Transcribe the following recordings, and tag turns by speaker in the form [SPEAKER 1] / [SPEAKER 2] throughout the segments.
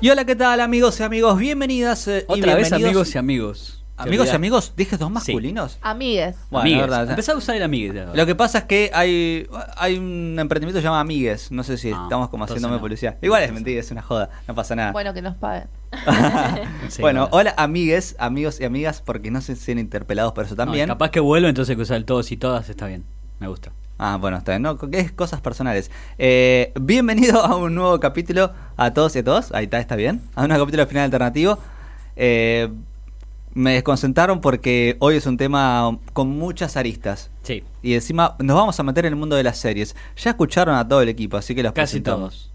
[SPEAKER 1] Y hola, ¿qué tal amigos y amigos? Bienvenidas eh, y
[SPEAKER 2] Otra vez
[SPEAKER 1] bienvenidos-
[SPEAKER 2] amigos y amigos. Te
[SPEAKER 1] amigos y
[SPEAKER 2] olvidás.
[SPEAKER 1] amigos, dije dos
[SPEAKER 2] Sí.
[SPEAKER 1] masculinos.
[SPEAKER 3] Amigues.
[SPEAKER 1] Bueno,
[SPEAKER 2] amigues.
[SPEAKER 1] la verdad, ya.
[SPEAKER 2] Empezá a usar el amigues. ya.
[SPEAKER 1] Lo que pasa es que hay, hay un emprendimiento que se llama Amigues. No sé si
[SPEAKER 2] Ah,
[SPEAKER 1] estamos como
[SPEAKER 2] entonces
[SPEAKER 1] haciéndome
[SPEAKER 2] no.
[SPEAKER 1] publicidad. Igual es mentira, es una joda, no pasa nada.
[SPEAKER 3] Bueno, que nos paguen.
[SPEAKER 2] Sí,
[SPEAKER 1] bueno,
[SPEAKER 2] bueno.
[SPEAKER 1] hola amigues, amigos y amigas, porque no se sienten interpelados por eso
[SPEAKER 2] No,
[SPEAKER 1] también.
[SPEAKER 2] capaz que vuelvo, entonces que usar el todos y todas está bien. Me gusta.
[SPEAKER 1] Ah, bueno, está bien, no, co- es cosas personales. Eh, bienvenido a un nuevo capítulo a todos y a todos. Ahí está, está bien. A un nuevo capítulo de final alternativo. Eh, me desconcentraron porque hoy es un tema con muchas aristas.
[SPEAKER 2] Sí,
[SPEAKER 1] Y encima nos vamos a meter en el mundo de las series. Ya escucharon a todo el equipo, así que los
[SPEAKER 2] casi
[SPEAKER 1] presentamos.
[SPEAKER 2] todos.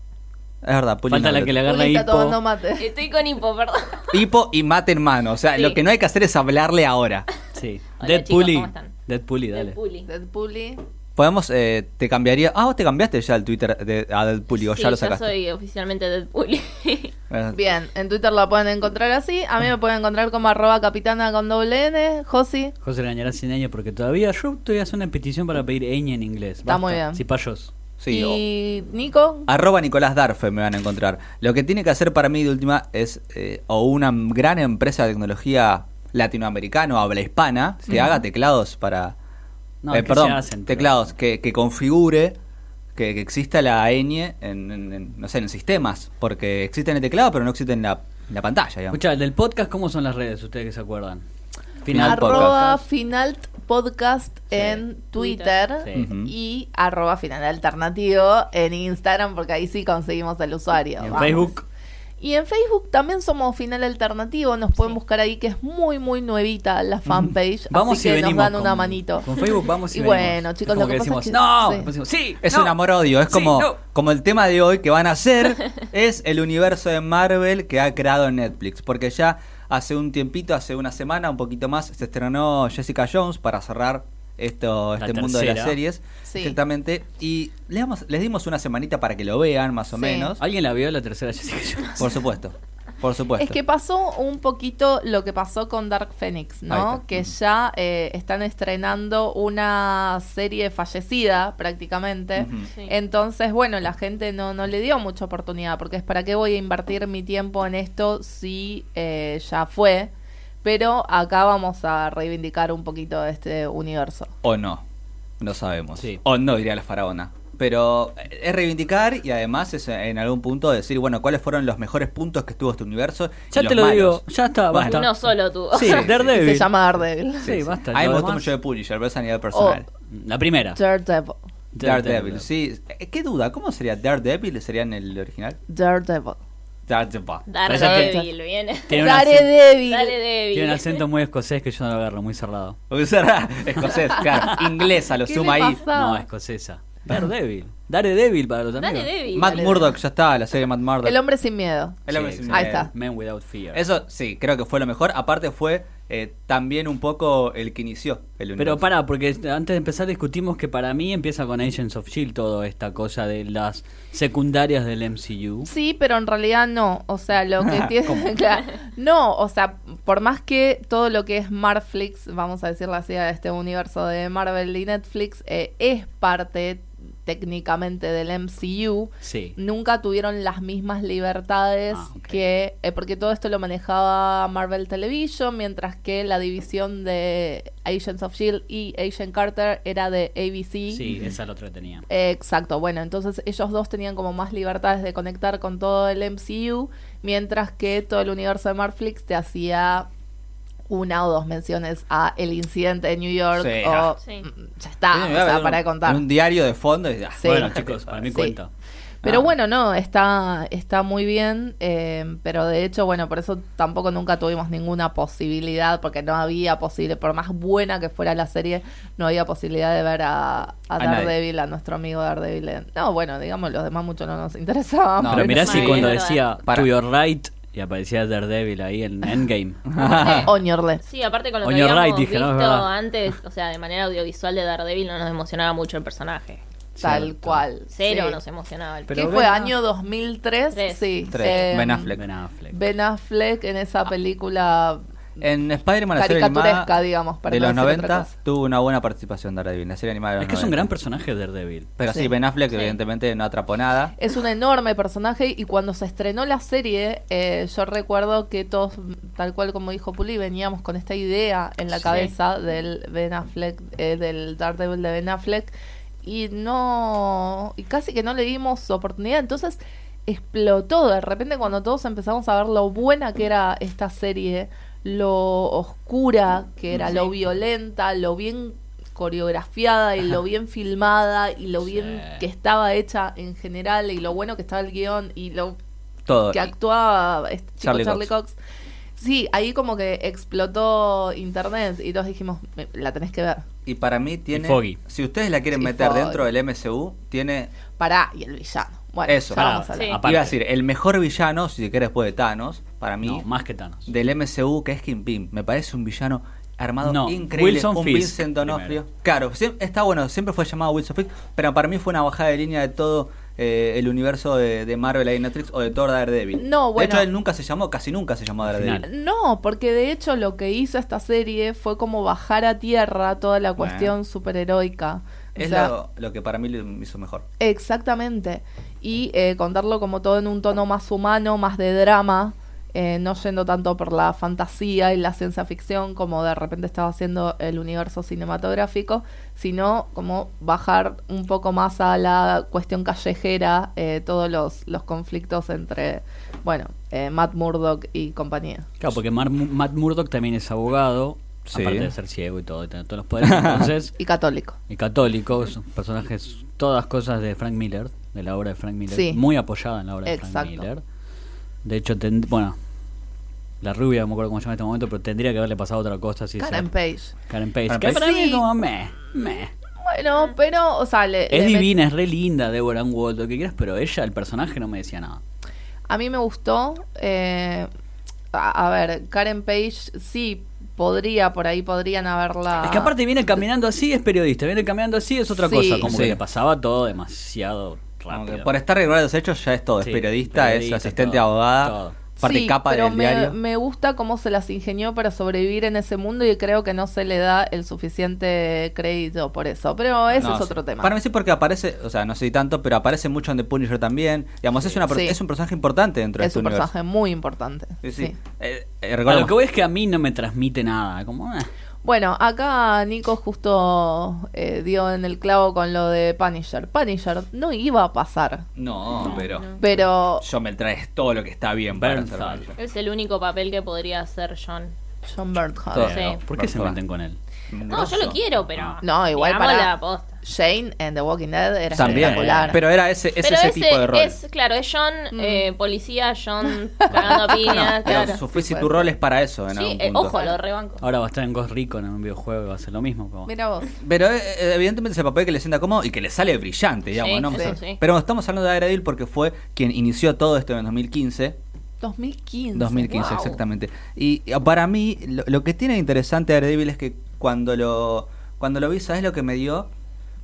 [SPEAKER 1] Es verdad, Puli
[SPEAKER 2] Falta
[SPEAKER 1] no
[SPEAKER 2] la
[SPEAKER 1] lo-
[SPEAKER 2] que le agarra
[SPEAKER 3] Juli está tomando
[SPEAKER 2] hipo.
[SPEAKER 3] mate.
[SPEAKER 4] Estoy con hipo, perdón.
[SPEAKER 1] Hipo y mate en mano. O sea,
[SPEAKER 4] Sí.
[SPEAKER 1] lo que no hay que hacer es hablarle ahora.
[SPEAKER 2] Sí.
[SPEAKER 4] Hola,
[SPEAKER 2] Dead
[SPEAKER 4] chicos,
[SPEAKER 2] Puli.
[SPEAKER 4] ¿cómo están?
[SPEAKER 2] Dead Puli, dale.
[SPEAKER 4] Puli.
[SPEAKER 3] Del puli.
[SPEAKER 1] Podemos, eh, te cambiaría. Ah, vos te cambiaste ya el Twitter de, a Deadpool, o
[SPEAKER 4] Sí,
[SPEAKER 1] ya lo
[SPEAKER 4] yo
[SPEAKER 1] sacaste.
[SPEAKER 4] soy oficialmente Dead Puli.
[SPEAKER 1] Eh,
[SPEAKER 3] Bien, en Twitter la pueden encontrar así. A mí me pueden encontrar como arroba capitana con doble N, Josi.
[SPEAKER 2] José Regañará sin ñ porque todavía yo todavía hacer una petición para pedir ñ en inglés.
[SPEAKER 3] Está muy bien.
[SPEAKER 2] Sí, payos.
[SPEAKER 1] sí, o-
[SPEAKER 3] y Nico.
[SPEAKER 1] Arroba Nicolás Darfe me van a encontrar. Lo que tiene que hacer para mí de última es eh, o una gran empresa de tecnología latinoamericana o habla hispana que haga teclados para...
[SPEAKER 2] No,
[SPEAKER 1] eh,
[SPEAKER 2] que
[SPEAKER 1] perdón,
[SPEAKER 2] se hacen, pero-
[SPEAKER 1] teclados, que, que configure, que, que exista la ñ en, en- en, no sé, en sistemas, porque existe en el teclado pero no existe en la, en la pantalla. digamos.
[SPEAKER 2] Escucha, del podcast, ¿cómo son las redes? Ustedes que se acuerdan.
[SPEAKER 1] Final
[SPEAKER 3] arroba
[SPEAKER 1] Podcast.
[SPEAKER 3] final podcast en Twitter.
[SPEAKER 2] Sí.
[SPEAKER 1] Ujú.
[SPEAKER 3] Y arroba final alternativo en Instagram, porque ahí sí conseguimos el usuario.
[SPEAKER 2] En
[SPEAKER 3] Vamos.
[SPEAKER 2] Facebook.
[SPEAKER 3] Y en Facebook también somos Final Alternativo, nos pueden
[SPEAKER 4] Sí.
[SPEAKER 3] buscar ahí que es muy muy nuevita la fanpage,
[SPEAKER 2] Vamos
[SPEAKER 3] así
[SPEAKER 2] y
[SPEAKER 3] que nos
[SPEAKER 2] venimos
[SPEAKER 3] dan una
[SPEAKER 2] con-
[SPEAKER 3] manito.
[SPEAKER 2] Con Facebook vamos y,
[SPEAKER 3] Y
[SPEAKER 2] venimos.
[SPEAKER 3] bueno,
[SPEAKER 2] Es
[SPEAKER 3] chicos,
[SPEAKER 2] como
[SPEAKER 3] lo que pasa
[SPEAKER 2] decimos,
[SPEAKER 3] es que-
[SPEAKER 2] no,
[SPEAKER 3] sí.
[SPEAKER 2] Después decimos, sí,
[SPEAKER 1] Es
[SPEAKER 2] no".
[SPEAKER 1] un amor-odio, es
[SPEAKER 2] Sí,
[SPEAKER 1] como,
[SPEAKER 2] no.
[SPEAKER 1] como el tema de hoy que van a hacer es el universo de Marvel que ha creado Netflix, porque ya hace un tiempito, hace una semana, un poquito más, se estrenó Jessica Jones para cerrar esto,
[SPEAKER 2] La
[SPEAKER 1] este mundo de las
[SPEAKER 2] tercera.
[SPEAKER 1] series,
[SPEAKER 3] Sí.
[SPEAKER 1] exactamente, y le damos- les dimos una semanita para que lo vean, más o
[SPEAKER 3] Sí.
[SPEAKER 1] menos,
[SPEAKER 2] ¿Alguien la vio la tercera Jessica Jones?
[SPEAKER 1] por supuesto, por supuesto.
[SPEAKER 3] Es que pasó un poquito lo que pasó con Dark Phoenix,
[SPEAKER 1] Ahí
[SPEAKER 3] ¿no?
[SPEAKER 1] está.
[SPEAKER 3] Que ya eh, están estrenando una serie fallecida prácticamente.
[SPEAKER 1] Ujú.
[SPEAKER 4] Sí.
[SPEAKER 3] Entonces, bueno, la gente no, no le dio mucha oportunidad, porque es para qué voy a invertir mi tiempo en esto si eh, ya fue. Pero acá vamos a reivindicar un poquito este universo.
[SPEAKER 1] O no, no sabemos.
[SPEAKER 2] Sí.
[SPEAKER 1] O no, diría la faraona. Pero es reivindicar y además es eh, en algún punto decir, bueno, cuáles fueron los mejores puntos que estuvo este universo. y
[SPEAKER 2] Ya
[SPEAKER 1] los
[SPEAKER 2] te lo
[SPEAKER 1] malos.
[SPEAKER 2] digo, ya está,
[SPEAKER 1] Bueno.
[SPEAKER 2] basta.
[SPEAKER 4] Uno solo tú.
[SPEAKER 2] Sí, Daredevil.
[SPEAKER 3] Se llama Daredevil. Oh,
[SPEAKER 2] Sí, basta.
[SPEAKER 1] A mí
[SPEAKER 2] lo
[SPEAKER 1] me gustó
[SPEAKER 2] demás- Oh,
[SPEAKER 1] mucho de Punisher, pero es a nivel personal.
[SPEAKER 2] La primera.
[SPEAKER 3] Daredevil.
[SPEAKER 1] Daredevil, sí. Eh, ¿Qué duda? ¿Cómo sería Daredevil? ¿Sería en el original?
[SPEAKER 3] Daredevil.
[SPEAKER 1] Daredevil.
[SPEAKER 4] Daredevil, viene.
[SPEAKER 2] Tiene un, acento,
[SPEAKER 3] Daredevil.
[SPEAKER 4] Daredevil.
[SPEAKER 2] tiene un acento muy escocés que yo no lo agarro, muy cerrado.
[SPEAKER 1] Porque será Escocés, claro. Inglesa, lo
[SPEAKER 3] ¿Qué
[SPEAKER 1] suma
[SPEAKER 3] le
[SPEAKER 1] ahí.
[SPEAKER 3] pasa?
[SPEAKER 2] No, escocesa. Daredevil. Daredevil para los amigos.
[SPEAKER 4] Daredevil.
[SPEAKER 1] Matt Murdock, ya está, la serie Matt Murdock.
[SPEAKER 3] El hombre sin miedo.
[SPEAKER 1] El hombre
[SPEAKER 2] Sí,
[SPEAKER 1] sin
[SPEAKER 2] sí.
[SPEAKER 3] Ahí
[SPEAKER 1] miedo.
[SPEAKER 3] está.
[SPEAKER 2] Men Without Fear.
[SPEAKER 1] Eso sí, creo que fue lo mejor. Aparte fue eh, también un poco el que inició el
[SPEAKER 2] Pero
[SPEAKER 1] universo.
[SPEAKER 2] para, porque antes de empezar discutimos que para mí empieza con Agents of Shield toda esta cosa de las secundarias del MCU.
[SPEAKER 3] Sí, pero en realidad no. O sea, lo que
[SPEAKER 2] Ah,
[SPEAKER 3] tiene. claro. No, o sea, por más que todo lo que es Marflix, vamos a decirlo así, a este universo de Marvel y Netflix, eh, es parte técnicamente del MCU.
[SPEAKER 2] Sí.
[SPEAKER 3] Nunca tuvieron las mismas libertades
[SPEAKER 2] Ah, ok.
[SPEAKER 3] que. eh, porque todo esto lo manejaba Marvel Television, mientras que la división de Agents of Shield E y Agent Carter era de ABC.
[SPEAKER 2] Sí, esa es la otra que tenía.
[SPEAKER 3] Exacto, bueno, entonces ellos dos tenían como más libertades de conectar con todo el MCU, mientras que todo el universo de Marflix te hacía una o dos menciones a el incidente de New York
[SPEAKER 1] Sí, ah.
[SPEAKER 3] o mm,
[SPEAKER 4] Sí.
[SPEAKER 3] ya
[SPEAKER 1] Sí,
[SPEAKER 3] está,
[SPEAKER 1] me
[SPEAKER 3] o
[SPEAKER 1] voy a
[SPEAKER 3] sea,
[SPEAKER 1] ver
[SPEAKER 3] para de
[SPEAKER 1] un-
[SPEAKER 3] contar.
[SPEAKER 1] Un diario de fondo y ah,
[SPEAKER 3] Sí.
[SPEAKER 2] Bueno, chicos, para mí
[SPEAKER 3] Sí.
[SPEAKER 2] cuenta.
[SPEAKER 3] Pero
[SPEAKER 1] Ah.
[SPEAKER 3] bueno, no, está está muy bien, eh, pero de hecho, bueno, por eso tampoco nunca tuvimos ninguna posibilidad, porque no había posible, por más buena que fuera la serie, no había posibilidad de ver a, a
[SPEAKER 1] A nadie.
[SPEAKER 3] Daredevil, a nuestro amigo Daredevil. en- No, bueno, digamos, los demás mucho no nos interesaban.
[SPEAKER 1] No,
[SPEAKER 2] Pero
[SPEAKER 1] pero
[SPEAKER 2] mirá
[SPEAKER 1] no
[SPEAKER 2] si
[SPEAKER 1] sé.
[SPEAKER 2] cuando
[SPEAKER 4] Es verdad.
[SPEAKER 3] eh.
[SPEAKER 2] decía
[SPEAKER 1] Para.
[SPEAKER 2] To Your Right y aparecía Daredevil ahí en Endgame.
[SPEAKER 1] Ah.
[SPEAKER 3] Oñorle.
[SPEAKER 4] Sí, aparte con lo
[SPEAKER 2] On
[SPEAKER 4] que
[SPEAKER 2] your
[SPEAKER 4] habíamos
[SPEAKER 2] right, dije,
[SPEAKER 4] visto
[SPEAKER 2] ¿no? Es verdad.
[SPEAKER 4] antes, o sea, de manera audiovisual de Daredevil no nos emocionaba mucho el personaje.
[SPEAKER 3] Tal
[SPEAKER 2] Cierto.
[SPEAKER 3] cual.
[SPEAKER 4] Cero
[SPEAKER 3] sí.
[SPEAKER 4] nos emocionaba el
[SPEAKER 2] Pero-
[SPEAKER 3] ¿Qué
[SPEAKER 2] Ben
[SPEAKER 3] fue?
[SPEAKER 2] Affleck.
[SPEAKER 3] ¿Año 2003?
[SPEAKER 4] Tres.
[SPEAKER 3] Sí. eh,
[SPEAKER 1] Tres. Ben Affleck.
[SPEAKER 2] Ben Affleck.
[SPEAKER 3] Ben Affleck en esa película
[SPEAKER 1] En Spider-Man, la serie
[SPEAKER 3] Caricaturesca,
[SPEAKER 1] animada
[SPEAKER 3] digamos, para
[SPEAKER 1] de
[SPEAKER 3] no
[SPEAKER 1] los
[SPEAKER 3] decir otra
[SPEAKER 1] 90,
[SPEAKER 3] cosa.
[SPEAKER 1] tuvo una buena participación Daredevil, la serie animada de los
[SPEAKER 2] Es que es un
[SPEAKER 1] 90.
[SPEAKER 2] gran personaje Daredevil.
[SPEAKER 1] Pero sí,
[SPEAKER 3] Sí.
[SPEAKER 1] Ben Affleck
[SPEAKER 4] Sí.
[SPEAKER 1] evidentemente no atrapó nada.
[SPEAKER 3] Es un enorme personaje y cuando se estrenó la serie, eh, yo recuerdo que todos, tal cual como dijo Puli, veníamos con esta idea en la
[SPEAKER 4] Sí.
[SPEAKER 3] cabeza del Ben Affleck, eh, del Daredevil de Ben Affleck, y no, y casi que no le dimos oportunidad. Entonces explotó de repente cuando todos empezamos a ver lo buena que era esta serie, lo oscura que era,
[SPEAKER 4] Sí.
[SPEAKER 3] lo violenta, lo bien coreografiada y lo bien filmada y lo
[SPEAKER 2] Sí.
[SPEAKER 3] bien que estaba hecha en general y lo bueno que estaba el guión y lo
[SPEAKER 1] Todo.
[SPEAKER 3] que actuaba este chico
[SPEAKER 1] Charlie
[SPEAKER 3] Charlie, Cox. Sí, ahí como que explotó internet y todos dijimos, "Me- la tenés que ver.
[SPEAKER 1] Y para mí tiene...
[SPEAKER 2] Foggy.
[SPEAKER 1] Si ustedes la quieren
[SPEAKER 3] Y
[SPEAKER 1] meter
[SPEAKER 3] Foggy.
[SPEAKER 1] dentro del MCU, tiene...
[SPEAKER 3] Pará, y el villano. Bueno,
[SPEAKER 1] Eso.
[SPEAKER 3] ya
[SPEAKER 1] Pará,
[SPEAKER 3] vamos a hablar.
[SPEAKER 4] Sí.
[SPEAKER 2] Aparte.
[SPEAKER 1] Iba a decir, el mejor villano, si se quiere después de Thanos, para mí,
[SPEAKER 2] No, más que Thanos.
[SPEAKER 1] del MCU, que es Kingpin. Me parece un villano armado
[SPEAKER 2] No,
[SPEAKER 1] increíble.
[SPEAKER 2] Wilson
[SPEAKER 1] un
[SPEAKER 2] Fisk
[SPEAKER 1] Vincent D'Onofrio.
[SPEAKER 2] primero.
[SPEAKER 1] Claro, sí, está bueno, siempre fue llamado Wilson Fisk, pero para mí fue una bajada de línea de todo eh, el universo de, de Marvel y Netflix o de Thor Daredevil.
[SPEAKER 3] No, bueno.
[SPEAKER 1] De hecho, él nunca se llamó, casi nunca se llamó
[SPEAKER 2] Al
[SPEAKER 1] Daredevil.
[SPEAKER 2] final.
[SPEAKER 3] No, porque de hecho lo que hizo esta serie fue como bajar a tierra toda la
[SPEAKER 1] Bueno.
[SPEAKER 3] cuestión superheroica. O
[SPEAKER 1] Es
[SPEAKER 3] sea,
[SPEAKER 1] lo, lo que para mí lo hizo mejor.
[SPEAKER 3] Exactamente. Y eh, contarlo como todo en un tono más humano, más de drama, eh, no yendo tanto por la fantasía y la ciencia ficción como de repente estaba haciendo el universo cinematográfico, sino como bajar un poco más a la cuestión callejera, eh, todos los, los conflictos entre, bueno, eh, Matt Murdock y compañía.
[SPEAKER 2] Claro, porque Mar- Matt Murdock también es abogado,
[SPEAKER 1] Sí.
[SPEAKER 2] aparte de ser ciego y todo, y tener todos los poderes. Entonces,
[SPEAKER 3] Y católico.
[SPEAKER 2] y católico, son personajes, todas cosas de Frank Miller, de la obra de Frank Miller,
[SPEAKER 3] Sí.
[SPEAKER 2] muy apoyada en la obra de Frank
[SPEAKER 3] Exacto.
[SPEAKER 2] Miller. De hecho, ten- bueno, la rubia, no me acuerdo cómo se llama en este momento, pero tendría que haberle pasado otra cosa. Si
[SPEAKER 3] Karen
[SPEAKER 2] se-
[SPEAKER 3] Page.
[SPEAKER 2] Karen Page.
[SPEAKER 1] Karen
[SPEAKER 2] que
[SPEAKER 1] Page.
[SPEAKER 2] para mí es
[SPEAKER 3] Sí. Eh,
[SPEAKER 2] como meh, meh.
[SPEAKER 3] Bueno, pero, o sea, le-
[SPEAKER 2] Es
[SPEAKER 3] le met-
[SPEAKER 2] divina, es re linda Deborah Ann Wald, lo que quieras, pero ella, el personaje, no me decía nada.
[SPEAKER 3] A mí me gustó. eh, a, a ver, Karen Page sí podría, por ahí podrían haberla.
[SPEAKER 2] Es que aparte viene caminando así, es periodista. Viene caminando así, es otra
[SPEAKER 3] Ah. Sí.
[SPEAKER 2] cosa. Como
[SPEAKER 1] Sí.
[SPEAKER 2] que le pasaba todo demasiado
[SPEAKER 1] Como que
[SPEAKER 2] rápido.
[SPEAKER 1] por estar regular de los hechos ya es todo.
[SPEAKER 2] Sí,
[SPEAKER 1] es periodista, es
[SPEAKER 2] periodista,
[SPEAKER 1] asistente,
[SPEAKER 2] todo,
[SPEAKER 1] abogada,
[SPEAKER 2] todo.
[SPEAKER 1] parte
[SPEAKER 3] Sí,
[SPEAKER 1] capa
[SPEAKER 3] pero
[SPEAKER 1] del
[SPEAKER 3] me,
[SPEAKER 1] diario.
[SPEAKER 3] me gusta cómo se las ingenió para sobrevivir en ese mundo y creo que no se le da el suficiente crédito por eso. Pero ese
[SPEAKER 1] No,
[SPEAKER 3] es
[SPEAKER 1] sí.
[SPEAKER 3] otro tema.
[SPEAKER 1] Para mí sí porque aparece, o sea, no sé si tanto, pero aparece mucho en The Punisher también. Digamos, es, una per-
[SPEAKER 3] Sí.
[SPEAKER 1] es un personaje importante dentro de
[SPEAKER 3] es
[SPEAKER 1] este
[SPEAKER 3] un
[SPEAKER 1] universo.
[SPEAKER 3] personaje muy importante.
[SPEAKER 1] Sí, sí.
[SPEAKER 3] sí.
[SPEAKER 1] Eh, eh,
[SPEAKER 2] A lo
[SPEAKER 1] recordemos-
[SPEAKER 2] que voy es que a mí no me transmite nada. Como, eh.
[SPEAKER 3] Bueno, acá Nico justo eh, dio en el clavo con lo de Punisher. Punisher no iba a pasar,
[SPEAKER 1] No, pero
[SPEAKER 3] pero
[SPEAKER 1] yo me traes todo lo que está bien para hacer
[SPEAKER 2] Bernthal.
[SPEAKER 1] Punisher.
[SPEAKER 4] Es el único papel que podría hacer John.
[SPEAKER 3] John Bernhardt.
[SPEAKER 1] Todo.
[SPEAKER 4] Sí.
[SPEAKER 2] ¿Por qué se
[SPEAKER 1] Perdón.
[SPEAKER 2] meten con él?
[SPEAKER 1] Un
[SPEAKER 4] No, yo
[SPEAKER 1] grosso.
[SPEAKER 4] lo quiero, pero.
[SPEAKER 3] No, igual
[SPEAKER 4] digamos
[SPEAKER 3] para-
[SPEAKER 4] la posta.
[SPEAKER 3] Jane en The Walking Dead era
[SPEAKER 1] También,
[SPEAKER 3] espectacular.
[SPEAKER 1] pero era ese, es
[SPEAKER 4] pero
[SPEAKER 1] ese, tipo de rol.
[SPEAKER 4] es, claro, es John, eh,
[SPEAKER 3] Mm.
[SPEAKER 4] policía, John cagando a piñas,
[SPEAKER 1] Pero
[SPEAKER 4] claro.
[SPEAKER 1] su- fue
[SPEAKER 3] Sí,
[SPEAKER 1] si
[SPEAKER 3] puede
[SPEAKER 1] tu
[SPEAKER 3] ser.
[SPEAKER 1] rol es para eso en
[SPEAKER 4] Sí,
[SPEAKER 1] algún
[SPEAKER 4] eh,
[SPEAKER 1] punto.
[SPEAKER 4] ojo, lo rebanco.
[SPEAKER 2] Ahora va a estar en Ghost Recon en un videojuego y va a ser lo mismo. como-
[SPEAKER 3] Mira vos.
[SPEAKER 1] Pero eh, eh, evidentemente es el papel que le sienta cómodo y que le sale brillante, digamos,
[SPEAKER 4] Sí,
[SPEAKER 1] ¿no?
[SPEAKER 4] sí,
[SPEAKER 1] Pero-
[SPEAKER 4] sí.
[SPEAKER 1] Pero estamos hablando de Daredevil porque fue quien inició todo esto en 2015.
[SPEAKER 3] 2015.
[SPEAKER 1] 2015,
[SPEAKER 3] wow.
[SPEAKER 1] exactamente. Y eh, para mí, lo, lo que tiene de interesante Daredevil es que cuando lo, cuando lo vi, ¿sabes lo que me dio?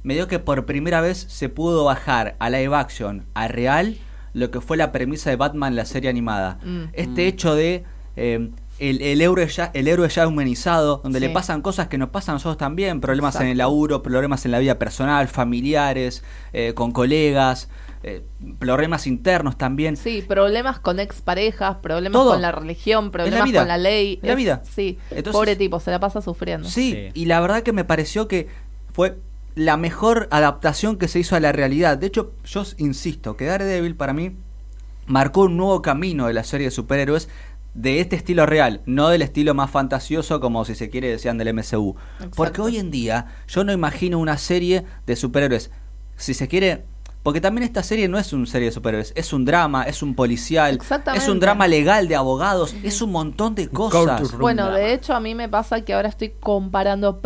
[SPEAKER 1] Me dio que por primera vez se pudo bajar a live action, a real, lo que fue la premisa de Batman, la serie animada.
[SPEAKER 3] Mm.
[SPEAKER 1] Este hecho de eh, el, el héroe ya, el héroe ya humanizado, donde le
[SPEAKER 3] Sí.
[SPEAKER 1] pasan cosas que nos pasan a nosotros también, problemas en
[SPEAKER 3] Exacto.
[SPEAKER 1] el laburo, problemas en la vida personal, familiares, eh, con colegas, eh, problemas internos también.
[SPEAKER 3] Sí, problemas con exparejas, problemas
[SPEAKER 1] Todo.
[SPEAKER 3] con la religión, problemas
[SPEAKER 1] vida.
[SPEAKER 3] con la ley.
[SPEAKER 1] Es la vida.
[SPEAKER 3] Sí,
[SPEAKER 1] Entonces-
[SPEAKER 3] pobre tipo, se la pasa sufriendo.
[SPEAKER 1] Sí,
[SPEAKER 2] Sí.
[SPEAKER 1] y la verdad que me pareció que fue la mejor adaptación que se hizo a la realidad. De hecho, yo s- insisto que Daredevil para mí marcó un nuevo camino de la serie de superhéroes de este estilo real, no del estilo más fantasioso como si se quiere decían del MCU.
[SPEAKER 3] Exacto.
[SPEAKER 1] Porque hoy en día yo no imagino una serie de superhéroes. Si se quiere... Porque también esta serie no es una serie de superhéroes, es un drama, es un policial, es
[SPEAKER 3] Exactamente.
[SPEAKER 1] un drama legal de abogados, es un montón de cosas.
[SPEAKER 2] Courtroom
[SPEAKER 3] Bueno,
[SPEAKER 2] drama.
[SPEAKER 3] de hecho a mí me pasa que ahora estoy comparando